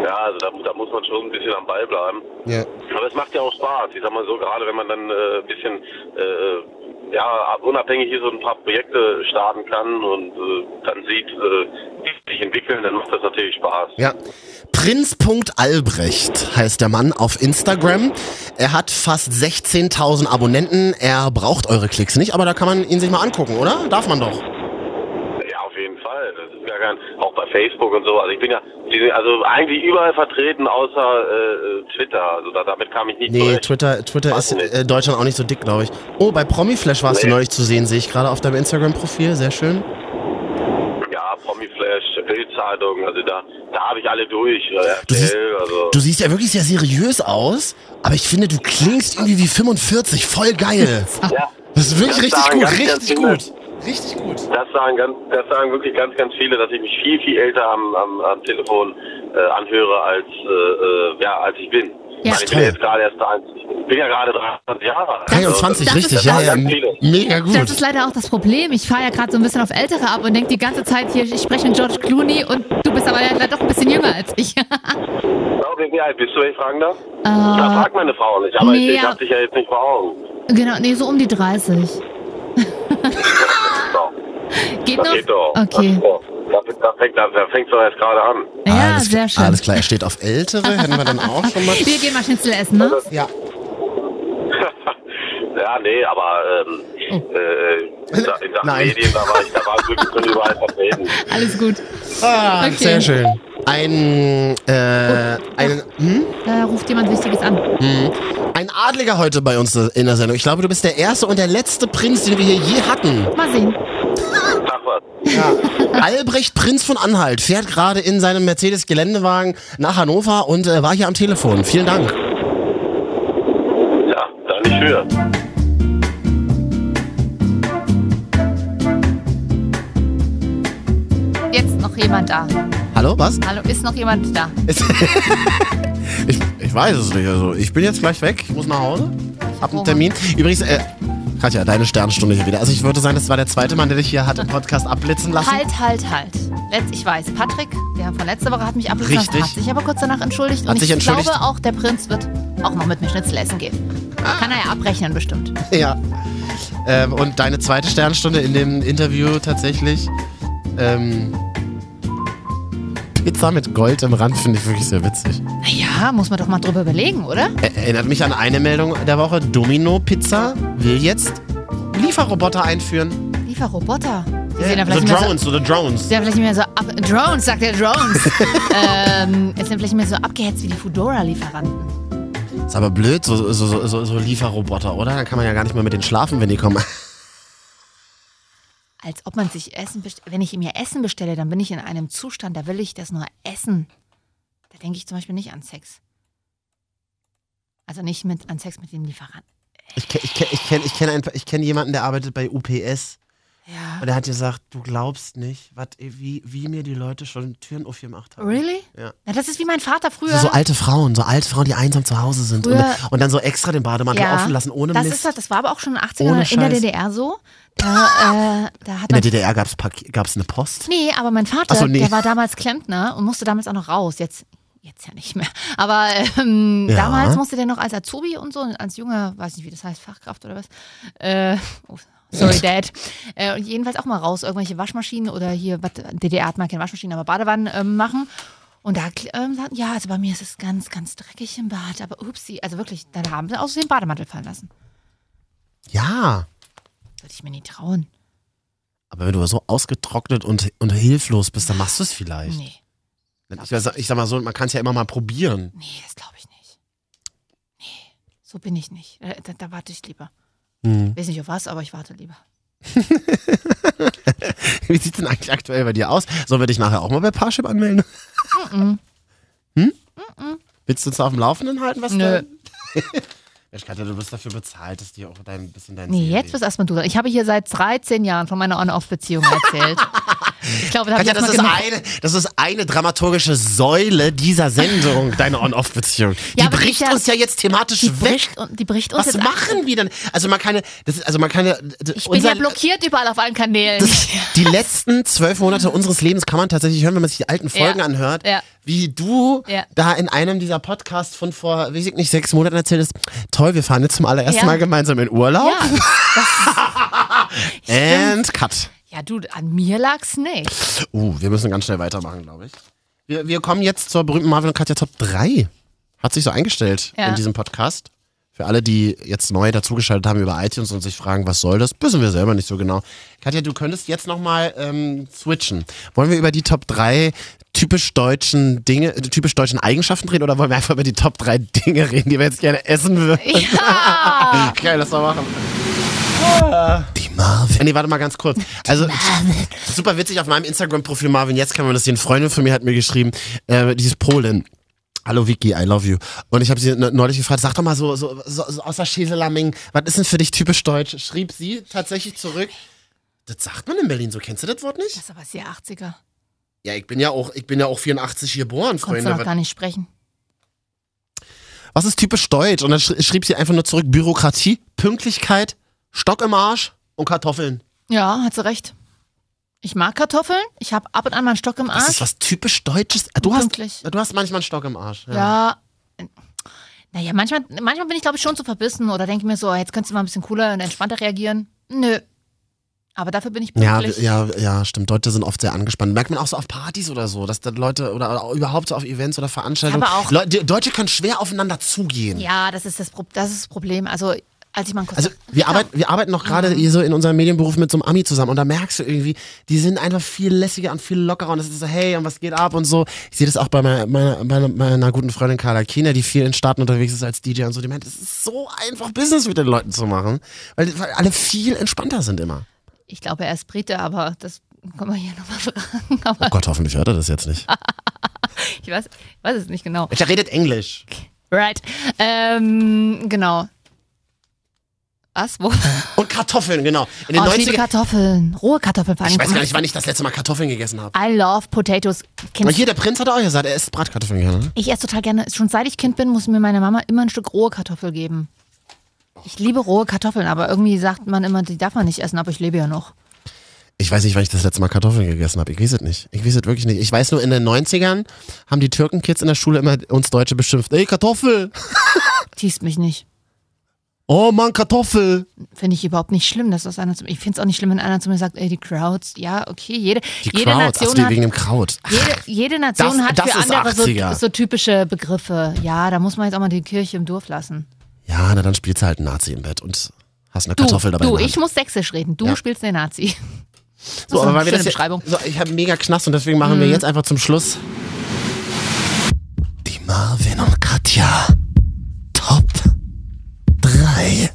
Ja, also da, da muss man schon ein bisschen am Ball bleiben. ja. Aber es macht ja auch Spaß. Ich sag mal so, gerade wenn man dann äh, ein bisschen äh, ja, unabhängig ist und ein paar Projekte starten kann und äh, dann sieht, äh, wie sie sich entwickeln, dann macht das natürlich Spaß. Ja. Prinz.albrecht heißt der Mann auf Instagram. Er hat fast 16.000 Abonnenten. Er braucht eure Klicks nicht, aber da kann man ihn sich mal angucken, oder? Darf man doch. Ja, auf jeden Fall. Das ist gar kein, auch bei Facebook und so. Also ich bin ja die sind also eigentlich überall vertreten, außer äh, äh, Twitter. Also da, damit kam ich nicht Nee, zurecht. Twitter, Twitter Weiß ist nicht. äh, Deutschland auch nicht so dick, glaube ich. Oh, bei Promiflash warst du Nee. neulich zu sehen, sehe ich gerade auf deinem Instagram-Profil. Sehr schön. Ja, Promiflash, Bildzeitung, also da, da habe ich alle durch. Äh, Du siehst- RTL, also. Du siehst ja wirklich sehr seriös aus, aber ich finde, du klingst irgendwie wie 45. Voll geil. ja. Das ist wirklich Das richtig sagen gut, ganz, ganz richtig viele. gut. Richtig gut. Das sagen ganz, das sagen wirklich ganz, ganz viele, dass ich mich viel, viel älter am, am, am Telefon äh, anhöre als äh, äh, ja, als ich bin. Ja. ich bin Toll. ja jetzt gerade erst ein, ich bin ja gerade 23 Jahre alt. 23, Also, das ist richtig, das ja, sagen ja. ganz viele. Mega Das ist gut. leider auch das Problem. Ich fahre ja gerade so ein bisschen auf Ältere ab und denke die ganze Zeit hier, ich spreche mit George Clooney und du bist aber leider doch ein bisschen jünger als ich. Genau, wie alt bist du, wenn ich fragen darf? äh, Da fragt meine Frau nicht, aber nee, ich, ich ja. hab dich ja jetzt nicht vor Augen. genau, nee, so um die 30. So, Geht das noch? geht doch. Okay. Das, das, das fängt an, das fängt doch erst gerade an. Ja, alles, sehr schön. Alles klar, er steht auf Ältere, hätten wir dann auch schon mal. Wir gehen mal Schnitzel essen, ne? Ja. Ja, nee, aber ähm, Oh. äh, in, Sa- in Sachen Nein. Medien, da war ich, da war ich wirklich schon überall vertreten. Alles gut. Ah, Okay. sehr schön. Ein, äh, einen, hm? Da ruft jemand Wichtiges an. ein Adliger heute bei uns in der Sendung. Ich glaube, du bist der erste und der letzte Prinz, den wir hier je hatten. Mal sehen. Sag was. Albrecht Prinz von Anhalt fährt gerade in seinem Mercedes-Geländewagen nach Hannover und äh, war hier am Telefon. Vielen Dank. Ja, da nicht für. Jetzt noch jemand da. Hallo, was? Hallo, ist noch jemand da? Ich, ich weiß es nicht. Also, ich bin jetzt gleich weg. Ich muss nach Hause. Hab einen Hunger. Termin. Übrigens, äh, Katja, deine Sternstunde hier wieder. Also, ich würde sagen, das war der zweite Mann, der dich hier hat im Podcast abblitzen lassen. Halt, halt, halt. Letz, ich weiß, Patrick, der von letzter Woche hat mich abgelassen, Richtig. hat sich aber kurz danach entschuldigt. Hat und sich ich entschuldigt. glaube auch, der Prinz wird auch noch mit mir Schnitzel essen gehen. Kann er ja abrechnen bestimmt. Ja. Ähm, und deine zweite Sternstunde in dem Interview tatsächlich. Ähm, Pizza mit Gold im Rand finde ich wirklich sehr witzig. Naja, muss man doch mal drüber überlegen, oder? Er erinnert mich an eine Meldung der Woche. Domino Pizza will jetzt Lieferroboter einführen. Lieferroboter. Die Äh, sehen ja the vielleicht nicht mehr so Drones, so the Drones. Sie haben vielleicht nicht mehr so ab Drones, sagt er Drones. ähm, es sind vielleicht nicht mehr so abgehetzt wie die Fudora-Lieferanten. Ist aber blöd, so, so, so, so, so Lieferroboter, oder? Dann kann man ja gar nicht mehr mit denen schlafen, wenn die kommen. Als ob man sich Essen bestellt. Wenn ich mir Essen bestelle, dann bin ich in einem Zustand, da will ich das nur essen. Da denke ich zum Beispiel nicht an Sex. Also nicht mit, an Sex mit dem Lieferanten. Ich, ke- ich, ke- ich kenne ich kenn einen- ich kenn jemanden, der arbeitet bei UPS. Ja. Und der hat gesagt, du glaubst nicht, wat, wie, wie mir die Leute schon Türen aufgemacht haben. Really? Ja. Na, das ist wie mein Vater früher. So, so alte Frauen, so alte Frauen, die einsam zu Hause sind und, Früher- und dann so extra den Bademantel offen lassen, ohne das, Mist. ist, doch- das war aber auch schon in den Ohne 80ern in der Scheiß. DDR so. Da, äh, da In der hat man DDR gab es eine Post. Nee, aber mein Vater, Ach so, nee. der war damals Klempner und musste damals auch noch raus. Jetzt, jetzt ja nicht mehr. Aber ähm, Ja. damals musste der noch als Azubi und so, als junger, weiß nicht, wie das heißt, Fachkraft oder was. Äh, oh, sorry, Dad. Äh, und jedenfalls auch mal raus, irgendwelche Waschmaschinen oder hier, was, DDR hat man keine Waschmaschinen, aber Badewannen ähm, machen. Und da kl- ähm, sagten, ja, also bei mir ist es ganz, ganz dreckig im Bad, aber upsie, also wirklich, dann haben sie aus dem Bademantel fallen lassen. Ja. Würde ich mir nie trauen. Aber wenn du so ausgetrocknet und, und hilflos bist, dann machst du es vielleicht. Nee, Ich, sag- ich sag mal so, man kann es ja immer mal probieren. nee, das glaube ich nicht. Nee, so bin ich nicht. Äh, Da, da warte ich lieber. Hm. Ich weiß nicht auf was, aber ich warte lieber. Wie sieht denn eigentlich aktuell bei dir aus? Sollen wir dich nachher auch mal bei Parship anmelden? Hm? Willst du uns auf dem Laufenden halten, was Nö. denn? Mensch, Katja, du bist dafür bezahlt, dass dir auch dein bisschen dein Nee, Seelenleben- jetzt bist erstmal du dran. Ich habe hier seit 13 Jahren von meiner On-Off-Beziehung erzählt. ich glaube, da habe ich Katja, jetzt das mal ist, genug. eine, das ist eine dramaturgische Säule dieser Sendung, deine On-Off-Beziehung. Die Ja, aber die bricht ist ja- uns ja jetzt thematisch Die weg. bricht, und, die bricht uns Was jetzt machen wir denn? Also man kann ja, das ist, also man kann ja, d- Ich bin unser, ja blockiert überall auf allen Kanälen. das, die letzten zwölf Monate unseres Lebens kann man tatsächlich hören, wenn man sich die alten Folgen Ja. anhört, Ja. wie du Ja. da in einem dieser Podcasts von vor, weiß ich nicht, sechs Monaten erzählt hast, toll, wir fahren jetzt zum allerersten Ja. Mal gemeinsam in Urlaub. ja, And cut. ja, du, an mir lag's nicht. Uh, wir müssen ganz schnell weitermachen, glaube ich. Wir, wir kommen jetzt zur berühmten Marvel und Katja Top 3. Hat sich so eingestellt Ja. in diesem Podcast. Für alle, die jetzt neu dazugeschaltet haben über iTunes und sich fragen, was soll das, wissen wir selber nicht so genau. Katja, du könntest jetzt nochmal ähm, switchen. Wollen wir über die Top 3 typisch deutschen Dinge, äh, typisch deutschen Eigenschaften reden oder wollen wir einfach über die Top 3 Dinge reden, die wir jetzt gerne essen würden? Ja! Okay, lass mal machen. Die Marvin. Nee, warte mal ganz kurz. Also, super witzig, auf meinem Instagram-Profil Marvin, jetzt kann man das sehen. Freundin von mir hat mir geschrieben, äh, die ist Polin. Hallo Vicky, I love you. Und ich habe sie ne- neulich gefragt, sag doch mal so, so, so, so außer Schäselamming, was ist denn für dich typisch deutsch? Schrieb sie tatsächlich zurück. Das sagt man in Berlin so, kennst du das Wort nicht? Das ist aber sehr 80er. Ja, ich bin ja auch, ich bin ja auch 84 geboren, Konntest Freunde. du noch Was- gar nicht sprechen. was ist typisch deutsch? Und dann schri- schrieb sie einfach nur zurück Bürokratie, Pünktlichkeit, Stock im Arsch und Kartoffeln. Ja, hat sie recht. Ich mag Kartoffeln. Ich habe ab und an mal einen Stock im Das ist Arsch. was typisch Deutsches. Ah, Du hast, Pünktlich. du hast manchmal einen Stock im Arsch. Ja. Naja, manchmal, manchmal bin ich, glaube ich, schon zu verbissen oder denke mir so, oh, jetzt könntest du mal ein bisschen cooler und entspannter reagieren. Nö. Aber dafür bin ich Ja, pünktlich. ja, ja, stimmt. Leute sind oft sehr angespannt. Merkt man auch so auf Partys oder so, dass da Leute oder, oder auch überhaupt so auf Events oder Veranstaltungen. Aber auch- Leute, die Deutsche können schwer aufeinander zugehen. Ja, Mhm. das ist das, Pro- das ist das Problem. Also Als ich mal einen Kontakt Also wir, arbeiten, wir arbeiten noch gerade hier so in unserem Medienberuf mit so einem Ami zusammen und da merkst du irgendwie, die sind einfach viel lässiger und viel lockerer und es ist so, hey, und was geht ab und so. Ich sehe das auch bei meiner, meiner, meiner, meiner guten Freundin Carla Kiener, die viel in Staaten unterwegs ist als DJ und so. Die meint, es ist so einfach, Business mit den Leuten zu machen, weil, weil alle viel entspannter sind immer. Ich glaube, er ist Brite, aber das kann man hier nochmal fragen. Aber Oh Gott, hoffentlich hört er das jetzt nicht. ich weiß, ich weiß es nicht genau. Er redet Englisch. Right. Ähm, genau. Was? Wo? Und Kartoffeln, genau. In den oh, ich liebe 90ern. Kartoffeln. Rohe Kartoffeln vor allem. Ich weiß gar nicht, wann ich das letzte Mal Kartoffeln gegessen habe. I love potatoes. Und Kind, hier, der Prinz hat auch gesagt, er isst Bratkartoffeln gerne. ne? ich esse total gerne. Schon seit ich Kind bin, muss mir meine Mama immer ein Stück rohe Kartoffel geben. Ich liebe rohe Kartoffeln, aber irgendwie sagt man immer, die darf man nicht essen, aber ich lebe ja noch. Ich weiß nicht, wann ich das letzte Mal Kartoffeln gegessen habe. Ich weiß es nicht. Ich weiß es wirklich nicht. Ich weiß nur, in den 90ern haben die Türkenkids in der Schule immer uns Deutsche beschimpft. Ey, Kartoffel! Tiest mich nicht. Oh Mann, Kartoffel! Finde ich überhaupt nicht schlimm, dass das einer zu mir. Ich finde es auch nicht schlimm, wenn einer zu mir sagt, ey, die Crowds, ja, okay, jede, Die jede Krauts. Ach, Nation die hat wegen dem Kraut. Jede, jede Nation Das- hat das für ist andere so, 80er. so typische Begriffe. Ja, da muss man jetzt auch mal die Kirche im Dorf lassen. Ja, na dann spielst du halt einen Nazi im Bett und hast eine Du, Kartoffel dabei. in du der ich Hand. muss sächsisch reden. Du Ja. spielst den Nazi. so, aber eine weil wir schöne das jetzt, Beschreibung. Mhm. So, ich habe mega Knast und deswegen machen wir jetzt einfach zum Schluss. Die Marvin und Katja. Top 3.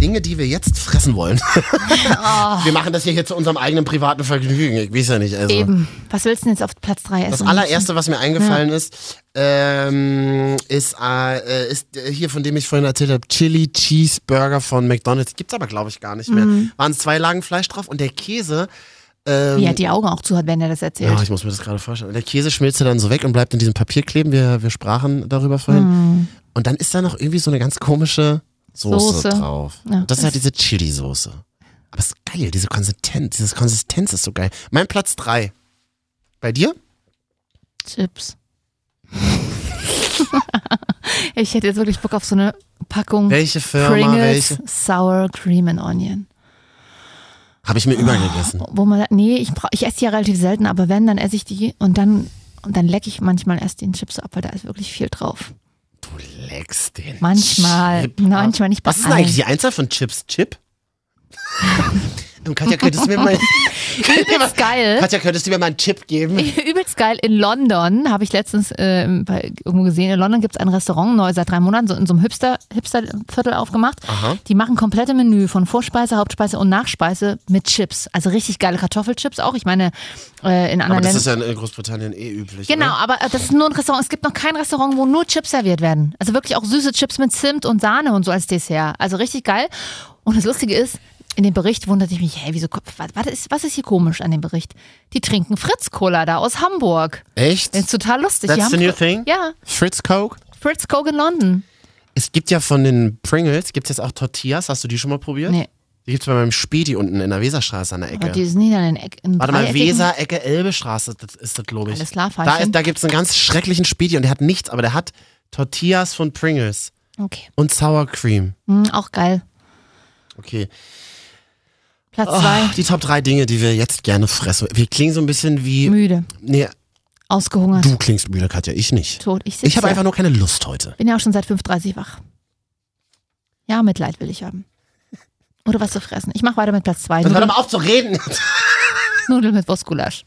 Dinge, die wir jetzt fressen wollen. Wir machen das hier, hier zu unserem eigenen privaten Vergnügen. Ich weiß ja nicht. Also. Eben. Was willst du denn jetzt auf Platz 3 essen? Das allererste, was mir eingefallen ist, ähm, ist, äh, äh, ist äh, hier, von dem ich vorhin erzählt habe, Chili Cheeseburger von McDonalds. Gibt's aber, glaube ich, gar nicht mehr. Mhm. Waren zwei Lagen Fleisch drauf und der Käse. Ähm, Wie er die Augen auch zu hat, wenn er das erzählt. ja, ich muss mir das gerade vorstellen. Und der Käse schmilzt dann so weg und bleibt in diesem Papier kleben. Wir, wir sprachen darüber vorhin. Und dann ist da noch irgendwie so eine ganz komische Soße, Hm. Soße. drauf. Ja. Und das ist halt diese Chili-Soße. Aber es ist geil, diese Konsistenz, diese Konsistenz ist so geil. Mein Platz drei. Bei dir? Chips. ich hätte jetzt wirklich Bock auf so eine Packung Welche Firma, Pringles welche? Sour Cream and Onion. Habe ich mir Oh. übergegessen. Wo man, nee, ich, brauch- ich esse die ja relativ selten, aber wenn, dann esse ich die und dann, und dann lecke ich manchmal erst den Chips ab, weil da ist wirklich viel drauf. Du leckst den. Manchmal. Chip Manchmal nicht bei Was ist denn allen. eigentlich die Einzahl von Chips? Chip? Und Katja, könntest du mir mal. Übelst geil. Katja, könntest du mir mal einen Chip geben? Übelst geil. In London habe ich letztens äh, bei, irgendwo gesehen, in London gibt es ein Restaurant, neu seit drei Monaten, so in so einem Hipster- Hipster-Viertel aufgemacht. Aha. Die machen komplette Menü von Vorspeise, Hauptspeise und Nachspeise mit Chips. Also richtig geile Kartoffelchips auch. Ich meine, äh, in Aber das anderen ist Ländern. ja in Großbritannien eh üblich. Genau, Oder? aber äh, das ist nur ein Restaurant. Es gibt noch kein Restaurant, wo nur Chips serviert werden. Also wirklich auch süße Chips mit Zimt und Sahne und so als Dessert. Also richtig geil. Und das Lustige ist, in dem Bericht wunderte ich mich, hey, wieso, kommt- was, was ist, was ist hier komisch an dem Bericht? Die trinken Fritz-Cola da aus Hamburg. Echt? Das ist total lustig. Die That's the haben- new thing? Ja, Fritz Coke? Fritz Coke in London. Es gibt ja von den Pringles, gibt es jetzt auch Tortillas. Hast du die schon mal probiert? Nee, Die gibt es bei meinem Späti unten in der Weserstraße an der aber Ecke. die sind nicht an den Ecken. Ah, Warte mal, Weser, Ecke, Elbestraße, das ist das, glaube ich. Alles klar, da Fahrchen. ist, da gibt es einen ganz schrecklichen Späti und der hat nichts, aber der hat Tortillas von Pringles Okay, und Sour Cream. hm, auch geil. Okay. Platz Oh, zwei, die Top 3 Dinge, die wir jetzt gerne fressen. Wir klingen so ein bisschen wie. müde, Nee, ausgehungert, du klingst müde, Katja, ich nicht. tot. Ich sitze Ich habe einfach nur keine Lust heute. Bin ja auch schon seit 5.30 wach. Ja, Mitleid will ich haben. Oder was zu fressen. Ich mache weiter mit Platz 2. Jetzt hör Nudeln, doch mal auf zu reden. Nudeln mit Wurstgulasch.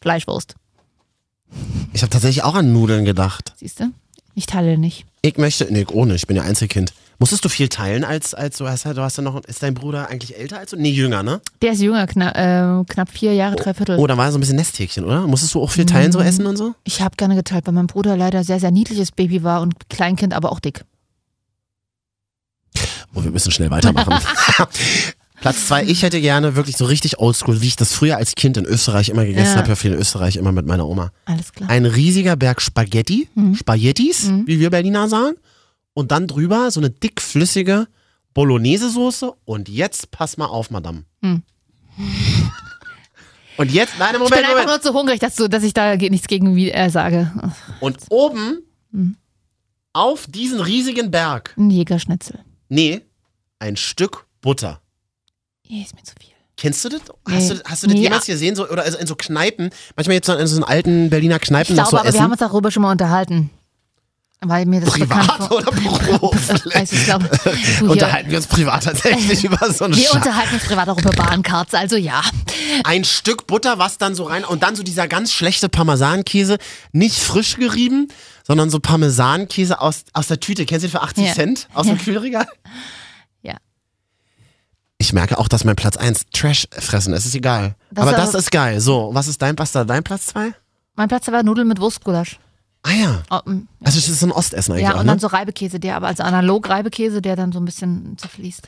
Fleischwurst. Ich habe tatsächlich auch an Nudeln gedacht. Siehst du? Ich teile nicht. Ich möchte. Nee, ohne, ich bin ja Einzelkind. Musstest du viel teilen als, als du hast ja, du hast ja noch. Ist dein Bruder eigentlich älter als du? Nee, jünger, ne? Der ist jünger, kna äh, knapp vier Jahre, drei Viertel. Oh, dann war er so ein bisschen Nesthäkchen, oder? Musstest du auch viel teilen, so essen und so? Ich habe gerne geteilt, weil mein Bruder leider sehr, sehr niedliches Baby war und Kleinkind, aber auch dick. Oh, wir müssen schnell weitermachen. Platz zwei, ich hätte gerne wirklich so richtig oldschool, wie ich das früher als Kind in Österreich immer gegessen Ja. habe, ja viel in Österreich immer mit meiner Oma. Alles klar. ein riesiger Berg Spaghetti, Mhm. Spaghettis, Mhm. wie wir Berliner sagen, und dann drüber so eine dickflüssige Bolognese-Soße. Und jetzt pass mal auf, Madame. Mhm. Und jetzt, nein, Ich bin Moment, einfach Moment. nur zu hungrig, dass, du, dass ich da ge- nichts gegen wie er sage. Ach, Und oben Mhm. auf diesen riesigen Berg, Ein Jägerschnitzel. nee, ein Stück Butter. Eh, ist mir zu viel. Kennst du das? Nee. Hast du, hast du das Nee, jemals gesehen? So, oder also in so Kneipen? Manchmal jetzt so in so einen alten Berliner Ich Kneipen noch glaube, so aber essen. wir haben uns darüber schon mal unterhalten. weil mir das bekannt Privat oder beruflich? Also ich glaube, du hier, Unterhalten wir uns privat tatsächlich über so einen wir Scheiß. unterhalten uns privat auch über Bahncards, also ja. Ein Stück Butter, was dann so rein und dann so dieser ganz schlechte Parmesankäse, nicht frisch gerieben, sondern so Parmesankäse aus, aus der Tüte. Kennst du den für 80 Ja. Cent aus dem Kühlregal? Ja. Ich merke auch, dass mein Platz 1 Trash fressen ist. Ist egal. Das aber ist das aber- ist geil. So, was ist dein Platz da? Dein Platz 2? Mein Platz war Nudeln mit Wurstgulasch. Ah ja. Oh, mm, ja. Also es ist so ein Ostessen eigentlich ja, auch, und dann ne? so Reibekäse, der aber also analog Reibekäse, der dann so ein bisschen zerfließt.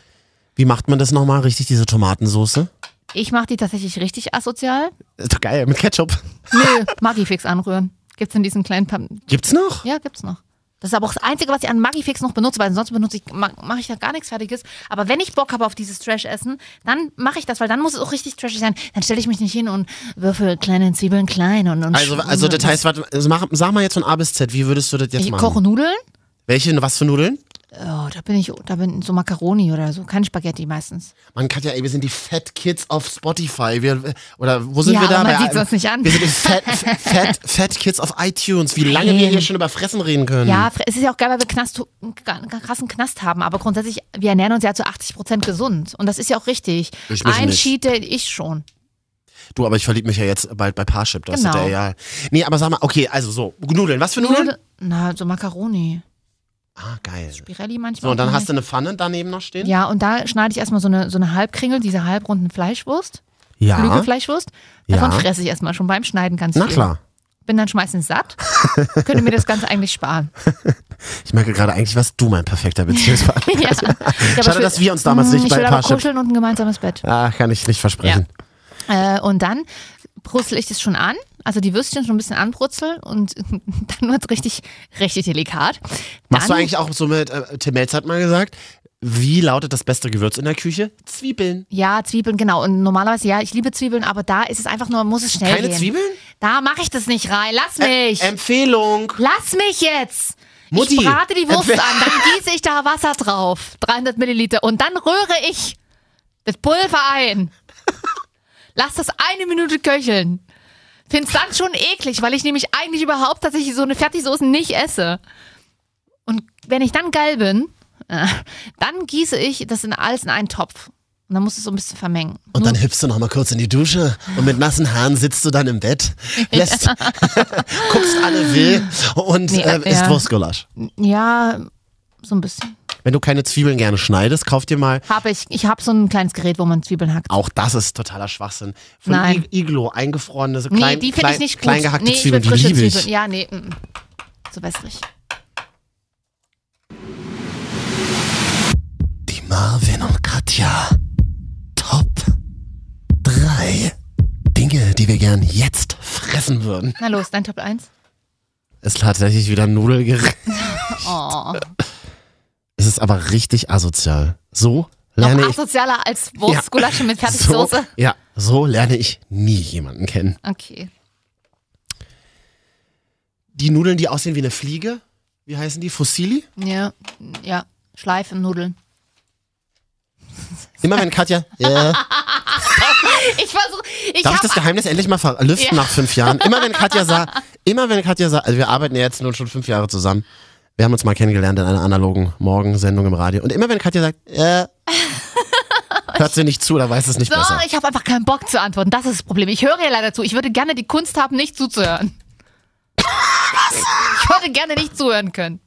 Wie macht man das nochmal richtig, diese Tomatensoße? Ich mache die tatsächlich richtig asozial. Ist doch geil, mit Ketchup. Nö, Magifix anrühren. Gibt's in diesen kleinen Pam Gibt's noch? Ja, gibt's noch. Das ist aber auch das Einzige, was ich an Magifix noch benutze, weil ansonsten benutze ich, mache ich da gar nichts Fertiges. Aber wenn ich Bock habe auf dieses Trash-Essen, dann mache ich das, weil dann muss es auch richtig trashig sein. Dann stelle ich mich nicht hin und würfel kleine Zwiebeln klein und, und Also, also das heißt, warte, also mach, sag mal jetzt von A bis Z, wie würdest du das jetzt ich machen? koche Nudeln. Welche, was für Nudeln? Oh, da bin ich, da bin so Macaroni oder so, kein Spaghetti meistens. Man kann ja, ey, wir sind die Fat Kids auf Spotify. Wir, oder wo sind Ja, wir da? aber man Bei- sieht's uns nicht an. Wir sind die Fat, Fat, Fat Kids auf iTunes. Wie lange wir Nein. hier schon über Fressen reden können. Ja, fr- es ist ja auch geil, weil wir Knast, einen krassen Knast haben, aber grundsätzlich, wir ernähren uns ja zu 80 Prozent gesund. Und das ist ja auch richtig. Ich mich Ein nicht. Cheat, Day, ich schon. Du, aber ich verlieb mich ja jetzt bald bei Parship. Das ist Genau. ja egal. Nee, aber sag mal, okay, also so. Nudeln, was für Nudeln? Nudeln- Na, so Macaroni. Ah, geil. Spirelli manchmal. So, und dann auch hast du eine Pfanne daneben noch stehen? Ja, und da schneide ich erstmal so eine, so eine Halbkringel, diese halbrunden Fleischwurst, Ja. Flügelfleischwurst. Ja. Davon fresse ich erstmal schon beim Schneiden ganz Na viel. klar. Bin dann schmeißend satt. Könnte mir das Ganze eigentlich sparen. Ich merke gerade eigentlich, was du mein perfekter Beziehungspartner. ja. Ja, aber ich Schade, will- dass wir uns damals Mm, nicht ich bei will aber Parship- kuscheln und ein gemeinsames Bett. Ah, kann ich nicht versprechen. Äh, und dann brutzle ich das schon an, also die Würstchen schon ein bisschen anbrutzeln und dann wird es richtig, richtig delikat. Machst du Dann- eigentlich auch so mit, äh, Tim Melz hat mal gesagt, wie lautet das beste Gewürz in der Küche? Zwiebeln. Ja, Zwiebeln, genau. Und normalerweise, ja, ich liebe Zwiebeln, aber da ist es einfach nur, muss es schnell Keine gehen. Zwiebeln? Da mache ich das nicht rein. Lass mich. Empfehlung. Lass mich jetzt! Mutti, ich brate die Wurst entwe- an, dann gieße ich da Wasser drauf, 300 Milliliter, und dann rühre ich das Pulver ein. Lass das eine Minute köcheln. Find's dann schon eklig, weil ich nämlich eigentlich überhaupt tatsächlich so eine Fertigsoße nicht esse. Und wenn ich dann geil bin, äh, dann gieße ich das in alles in einen Topf. Und dann muss es so ein bisschen vermengen. Und Nur- dann hüpfst du noch mal kurz in die Dusche und mit nassen Haaren sitzt du dann im Bett, lässt, guckst alle will und Nee, äh, isst ja. Wurstgulasch. ja, so ein bisschen. Wenn du keine Zwiebeln gerne schneidest, kauf dir mal. Hab ich. Ich habe so ein kleines Gerät, wo man Zwiebeln hackt. Auch das ist totaler Schwachsinn. Von Nein. I Iglo eingefrorene, so klein, nee, die finde klein, ich nicht gut. klein gehackte nee, ich Zwiebeln, will die frische liebe ich. Zwiebeln. Ja, nee, mm, mm. so wässrig. Die Marvin und Katja. Top drei Dinge, die wir gern jetzt fressen würden. Na los, dein Top 1. Ist tatsächlich wieder ein Nudelgericht. Oh, Es ist aber richtig asozial. So lerne noch ich. asozialer als Wurstgulasche mit So, Fertigsoße. ja, so lerne ich nie jemanden kennen. Okay. Die Nudeln, die aussehen wie eine Fliege, wie heißen die? Fossili? Ja, ja. Schleifen, Nudeln. Immer wenn Katja. Äh, Ich versuche, ich darf ich das habe Geheimnis endlich mal verlüften Ja. nach fünf Jahren? Immer wenn Katja sah, immer wenn Katja sah, also wir arbeiten ja jetzt nun schon fünf Jahre zusammen. Wir haben uns mal kennengelernt in einer analogen Morgensendung im Radio. Und immer wenn Katja sagt, äh, hört sie nicht zu oder weiß es nicht so, besser. ich habe einfach keinen Bock zu antworten. Das ist das Problem. Ich höre ja leider zu. Ich würde gerne die Kunst haben, nicht zuzuhören. Ich würde gerne nicht zuhören können.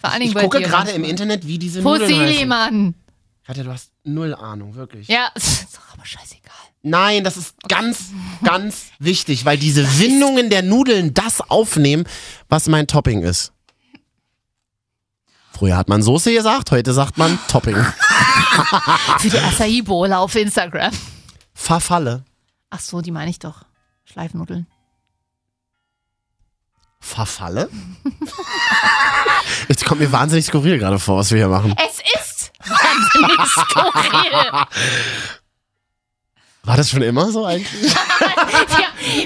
Vor allen Dingen Ich bei gucke dir gerade manchmal. im Internet, wie diese Nudeln Fossili, heißen. Mann. Katja, du hast null Ahnung, wirklich. Ja, ist doch aber scheißegal. Nein, das ist ganz, ganz wichtig, weil diese Windungen der Nudeln das aufnehmen, was mein Topping ist. Früher hat man Soße gesagt, heute sagt man Topping. Für die Acai Bowl auf Instagram. Verfalle. Ach so, die meine ich doch. Schleifnudeln. Verfalle? Jetzt kommt mir wahnsinnig skurril gerade vor, was wir hier machen. Es ist wahnsinnig skurril. War das schon immer so eigentlich? Ja,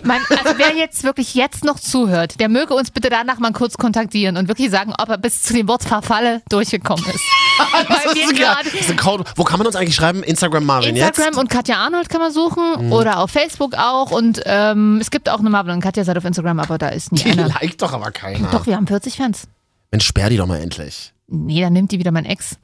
mein, also wer jetzt wirklich jetzt noch zuhört, der möge uns bitte danach mal kurz kontaktieren und wirklich sagen, ob er bis zu dem Wort Verfalle durchgekommen ist. Bei mir ist egal. gerade. Das ist ein Code. Wo kann man uns eigentlich schreiben? Instagram Marvin Instagram jetzt? und Katja Arnold kann man suchen oder auf Facebook auch. Und ähm, es gibt auch eine Marvin und Katja Seite auf Instagram, aber da ist nie Die einer. liked doch aber keiner. Doch, wir haben 40 Fans. Mensch, sperr die doch mal endlich. Nee, dann nimmt die wieder mein Ex.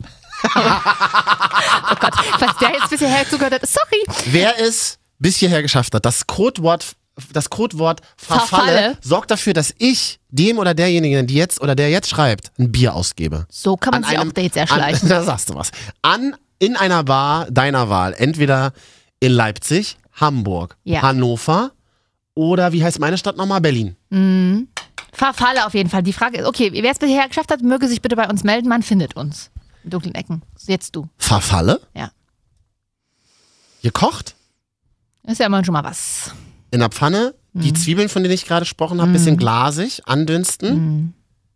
oh Gott, was der jetzt bisher hergezugehört hat. Sorry. Wer es bis hierher geschafft hat, das Codewort, das Codewort Verfalle, Verfalle. sorgt dafür, dass ich dem oder derjenigen, die jetzt oder der jetzt schreibt, ein Bier ausgebe. So kann man sich auch Dates erschleichen. An, da sagst du was. An, in einer Bar deiner Wahl. Entweder in Leipzig, Hamburg, Ja. Hannover oder wie heißt meine Stadt nochmal? Berlin. Mhm. Verfalle auf jeden Fall. Die Frage ist, okay, wer es bisher geschafft hat, möge sich bitte bei uns melden. Man findet uns. In dunklen Ecken. Jetzt du. Verfalle? Ja. Gekocht? Ist ja immer schon mal was. In der Pfanne? Mhm. Die Zwiebeln, von denen ich gerade gesprochen habe, bisschen glasig, andünsten. Mhm.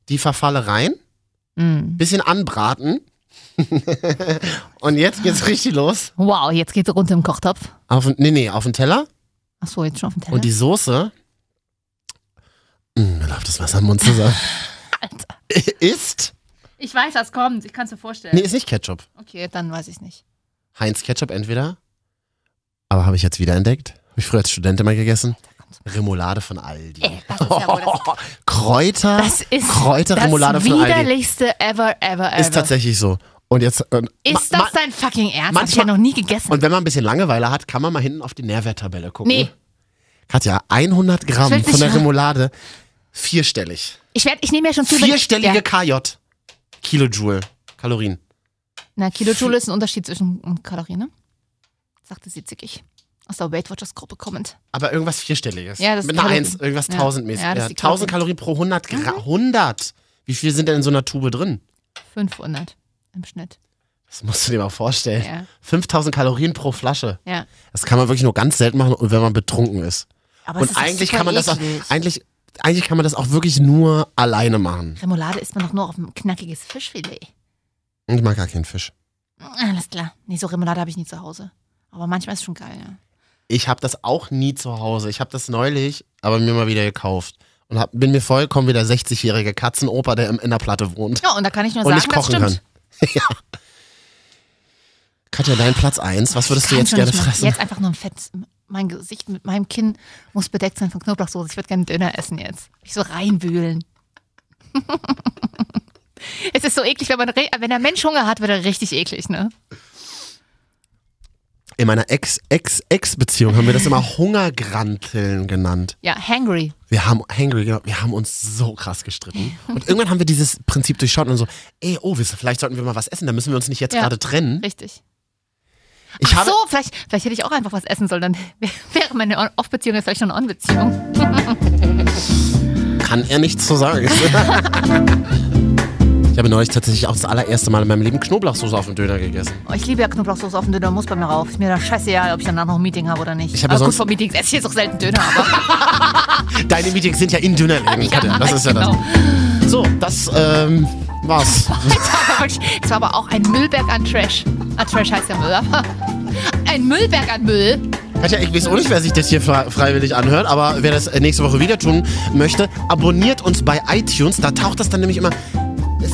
Die Verfalle rein. Mhm. bisschen anbraten. und jetzt geht's richtig los. Wow, jetzt geht's runter im Kochtopf. Auf, nee, nee, auf den Teller. Achso, jetzt schon auf dem Teller. Und die Soße. Mm, mir läuft das Wasser im Mund zusammen. Alter. Ist. Ich weiß, was kommt. Ich kann es mir vorstellen. Nee, ist nicht Ketchup. Okay, dann weiß ich nicht. Heinz Ketchup entweder. Aber habe ich jetzt wieder entdeckt. Habe ich früher als Student immer gegessen. Remoulade von Aldi. Ey, Äh, das ist ja wohl das- Kräuter. Das ist Kräuterremoulade das von Aldi. widerlichste ever, ever, ever. Ist tatsächlich so. Und jetzt. ähm, Ist ma- das ma- dein fucking Ernst? Hab ich ja manchmal- noch nie gegessen. Und wenn man ein bisschen Langeweile hat, kann man mal hinten auf die Nährwerttabelle gucken. Nee. Katja, 100 Ich Gramm will von der nicht- Remoulade, vierstellig. Ich, werd, ich nehme ja schon zu, wenn- Vierstellige Ja. KJ. Kilojoule. Kalorien. Na, Kilojoule ist ein Unterschied zwischen Kalorien, ne? Sagte sie zickig. Aus der Weight Watchers Gruppe kommend. Aber irgendwas Vierstelliges. Ja, das ist Mit einer Kalorien. Eins, irgendwas Ja. 1000 mäßig. Ja, Ja, das ist die Mhm. 1000 Kalorien pro 100 Gramm. 100! Wie viel sind denn in so einer Tube drin? 500 im Schnitt. Das musst du dir mal vorstellen. Ja. 5000 Kalorien pro Flasche. Ja. Das kann man wirklich nur ganz selten machen, wenn man betrunken ist. Aber es Und ist doch eigentlich super kann man das auch, eklig. eigentlich, eigentlich kann man das auch wirklich nur alleine machen. Remoulade isst man doch nur auf ein knackiges Fischfilet. Ich mag gar keinen Fisch. Alles klar. Nee, so Remoulade habe ich nie zu Hause. Aber manchmal ist es schon geil, ja. Ich habe das auch nie zu Hause. Ich habe das neulich, aber mir mal wieder gekauft. Und hab, bin mir vollkommen wie der 60-jährige Katzenoper, der im, in der Platte wohnt. Ja, und da kann ich nur und sagen, nicht kochen das kann. stimmt. ja. Katja, dein Platz 1. Was würdest du Kann jetzt schon gerne nicht mehr. fressen? Jetzt einfach nur ein Fett. Mein Gesicht mit meinem Kinn muss bedeckt sein von Knoblauchsoße. Ich würde gerne Döner essen jetzt. Ich so reinwühlen. es ist so eklig, wenn, man, re- wenn der Mensch Hunger hat, wird er richtig eklig, ne? In meiner Ex-Ex-Ex-Beziehung haben wir das immer Hungergranteln genannt. Ja, hangry. Wir haben, Hangry, genau, wir haben uns so krass gestritten. Und irgendwann haben wir dieses Prinzip durchschaut und so, ey, oh, wir- vielleicht sollten wir mal was essen, da müssen wir uns nicht jetzt Ja. gerade trennen. Richtig. Ich Ach habe, so, vielleicht, vielleicht hätte ich auch einfach was essen sollen. Dann wäre meine On- Off-Beziehung jetzt vielleicht schon eine On-Beziehung. Kann er nichts zu sagen. ich habe neulich tatsächlich auch das allererste Mal in meinem Leben Knoblauchsoße auf dem Döner gegessen. Oh, ich liebe ja Knoblauchsoße auf dem Döner, muss bei mir rauf. Ist mir da scheißegal, ob ich danach noch ein Meeting habe oder nicht. Ich habe aber ja gut, sonst- vor Meetings esse ich jetzt auch selten Döner. Aber Deine Meetings sind ja in Dönerläden. Katja. das ist ja genau. das. So, das ähm, war's. Aber wirklich, Es war aber auch ein Müllberg an Trash. Ah, Trash heißt ja Müll, aber ein Müllberg an Müll. Katja, ich weiß auch nicht, wer sich das hier fra- freiwillig anhört, aber wer das äh, nächste Woche wieder tun möchte, abonniert uns bei iTunes. Da taucht das dann nämlich immer. Es,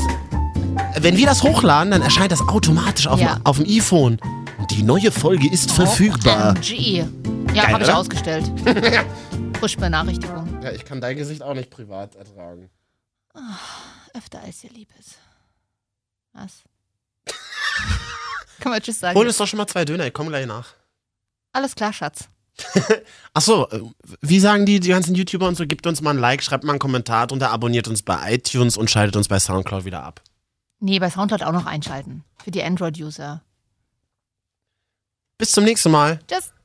wenn wir das hochladen, dann erscheint das automatisch auf, Ja. dem, auf dem iPhone. Und die neue Folge ist verfügbar. OMG. Ja, Geil, habe ich oder? ausgestellt. Push-Benachrichtigung. Ja, ich kann dein Gesicht auch nicht privat ertragen. Öfter als ihr lieb ist. Was? Kann man Tschüss sagen? Hol uns doch schon mal zwei Döner, ich komme gleich nach. Alles klar, Schatz. Achso, äh, wie sagen die, die ganzen YouTuber und so, gebt uns mal ein Like, schreibt mal einen Kommentar drunter, abonniert uns bei iTunes und schaltet uns bei Soundcloud wieder ab. Nee, bei Soundcloud auch noch einschalten. Für die Android-User. Bis zum nächsten Mal. Tschüss.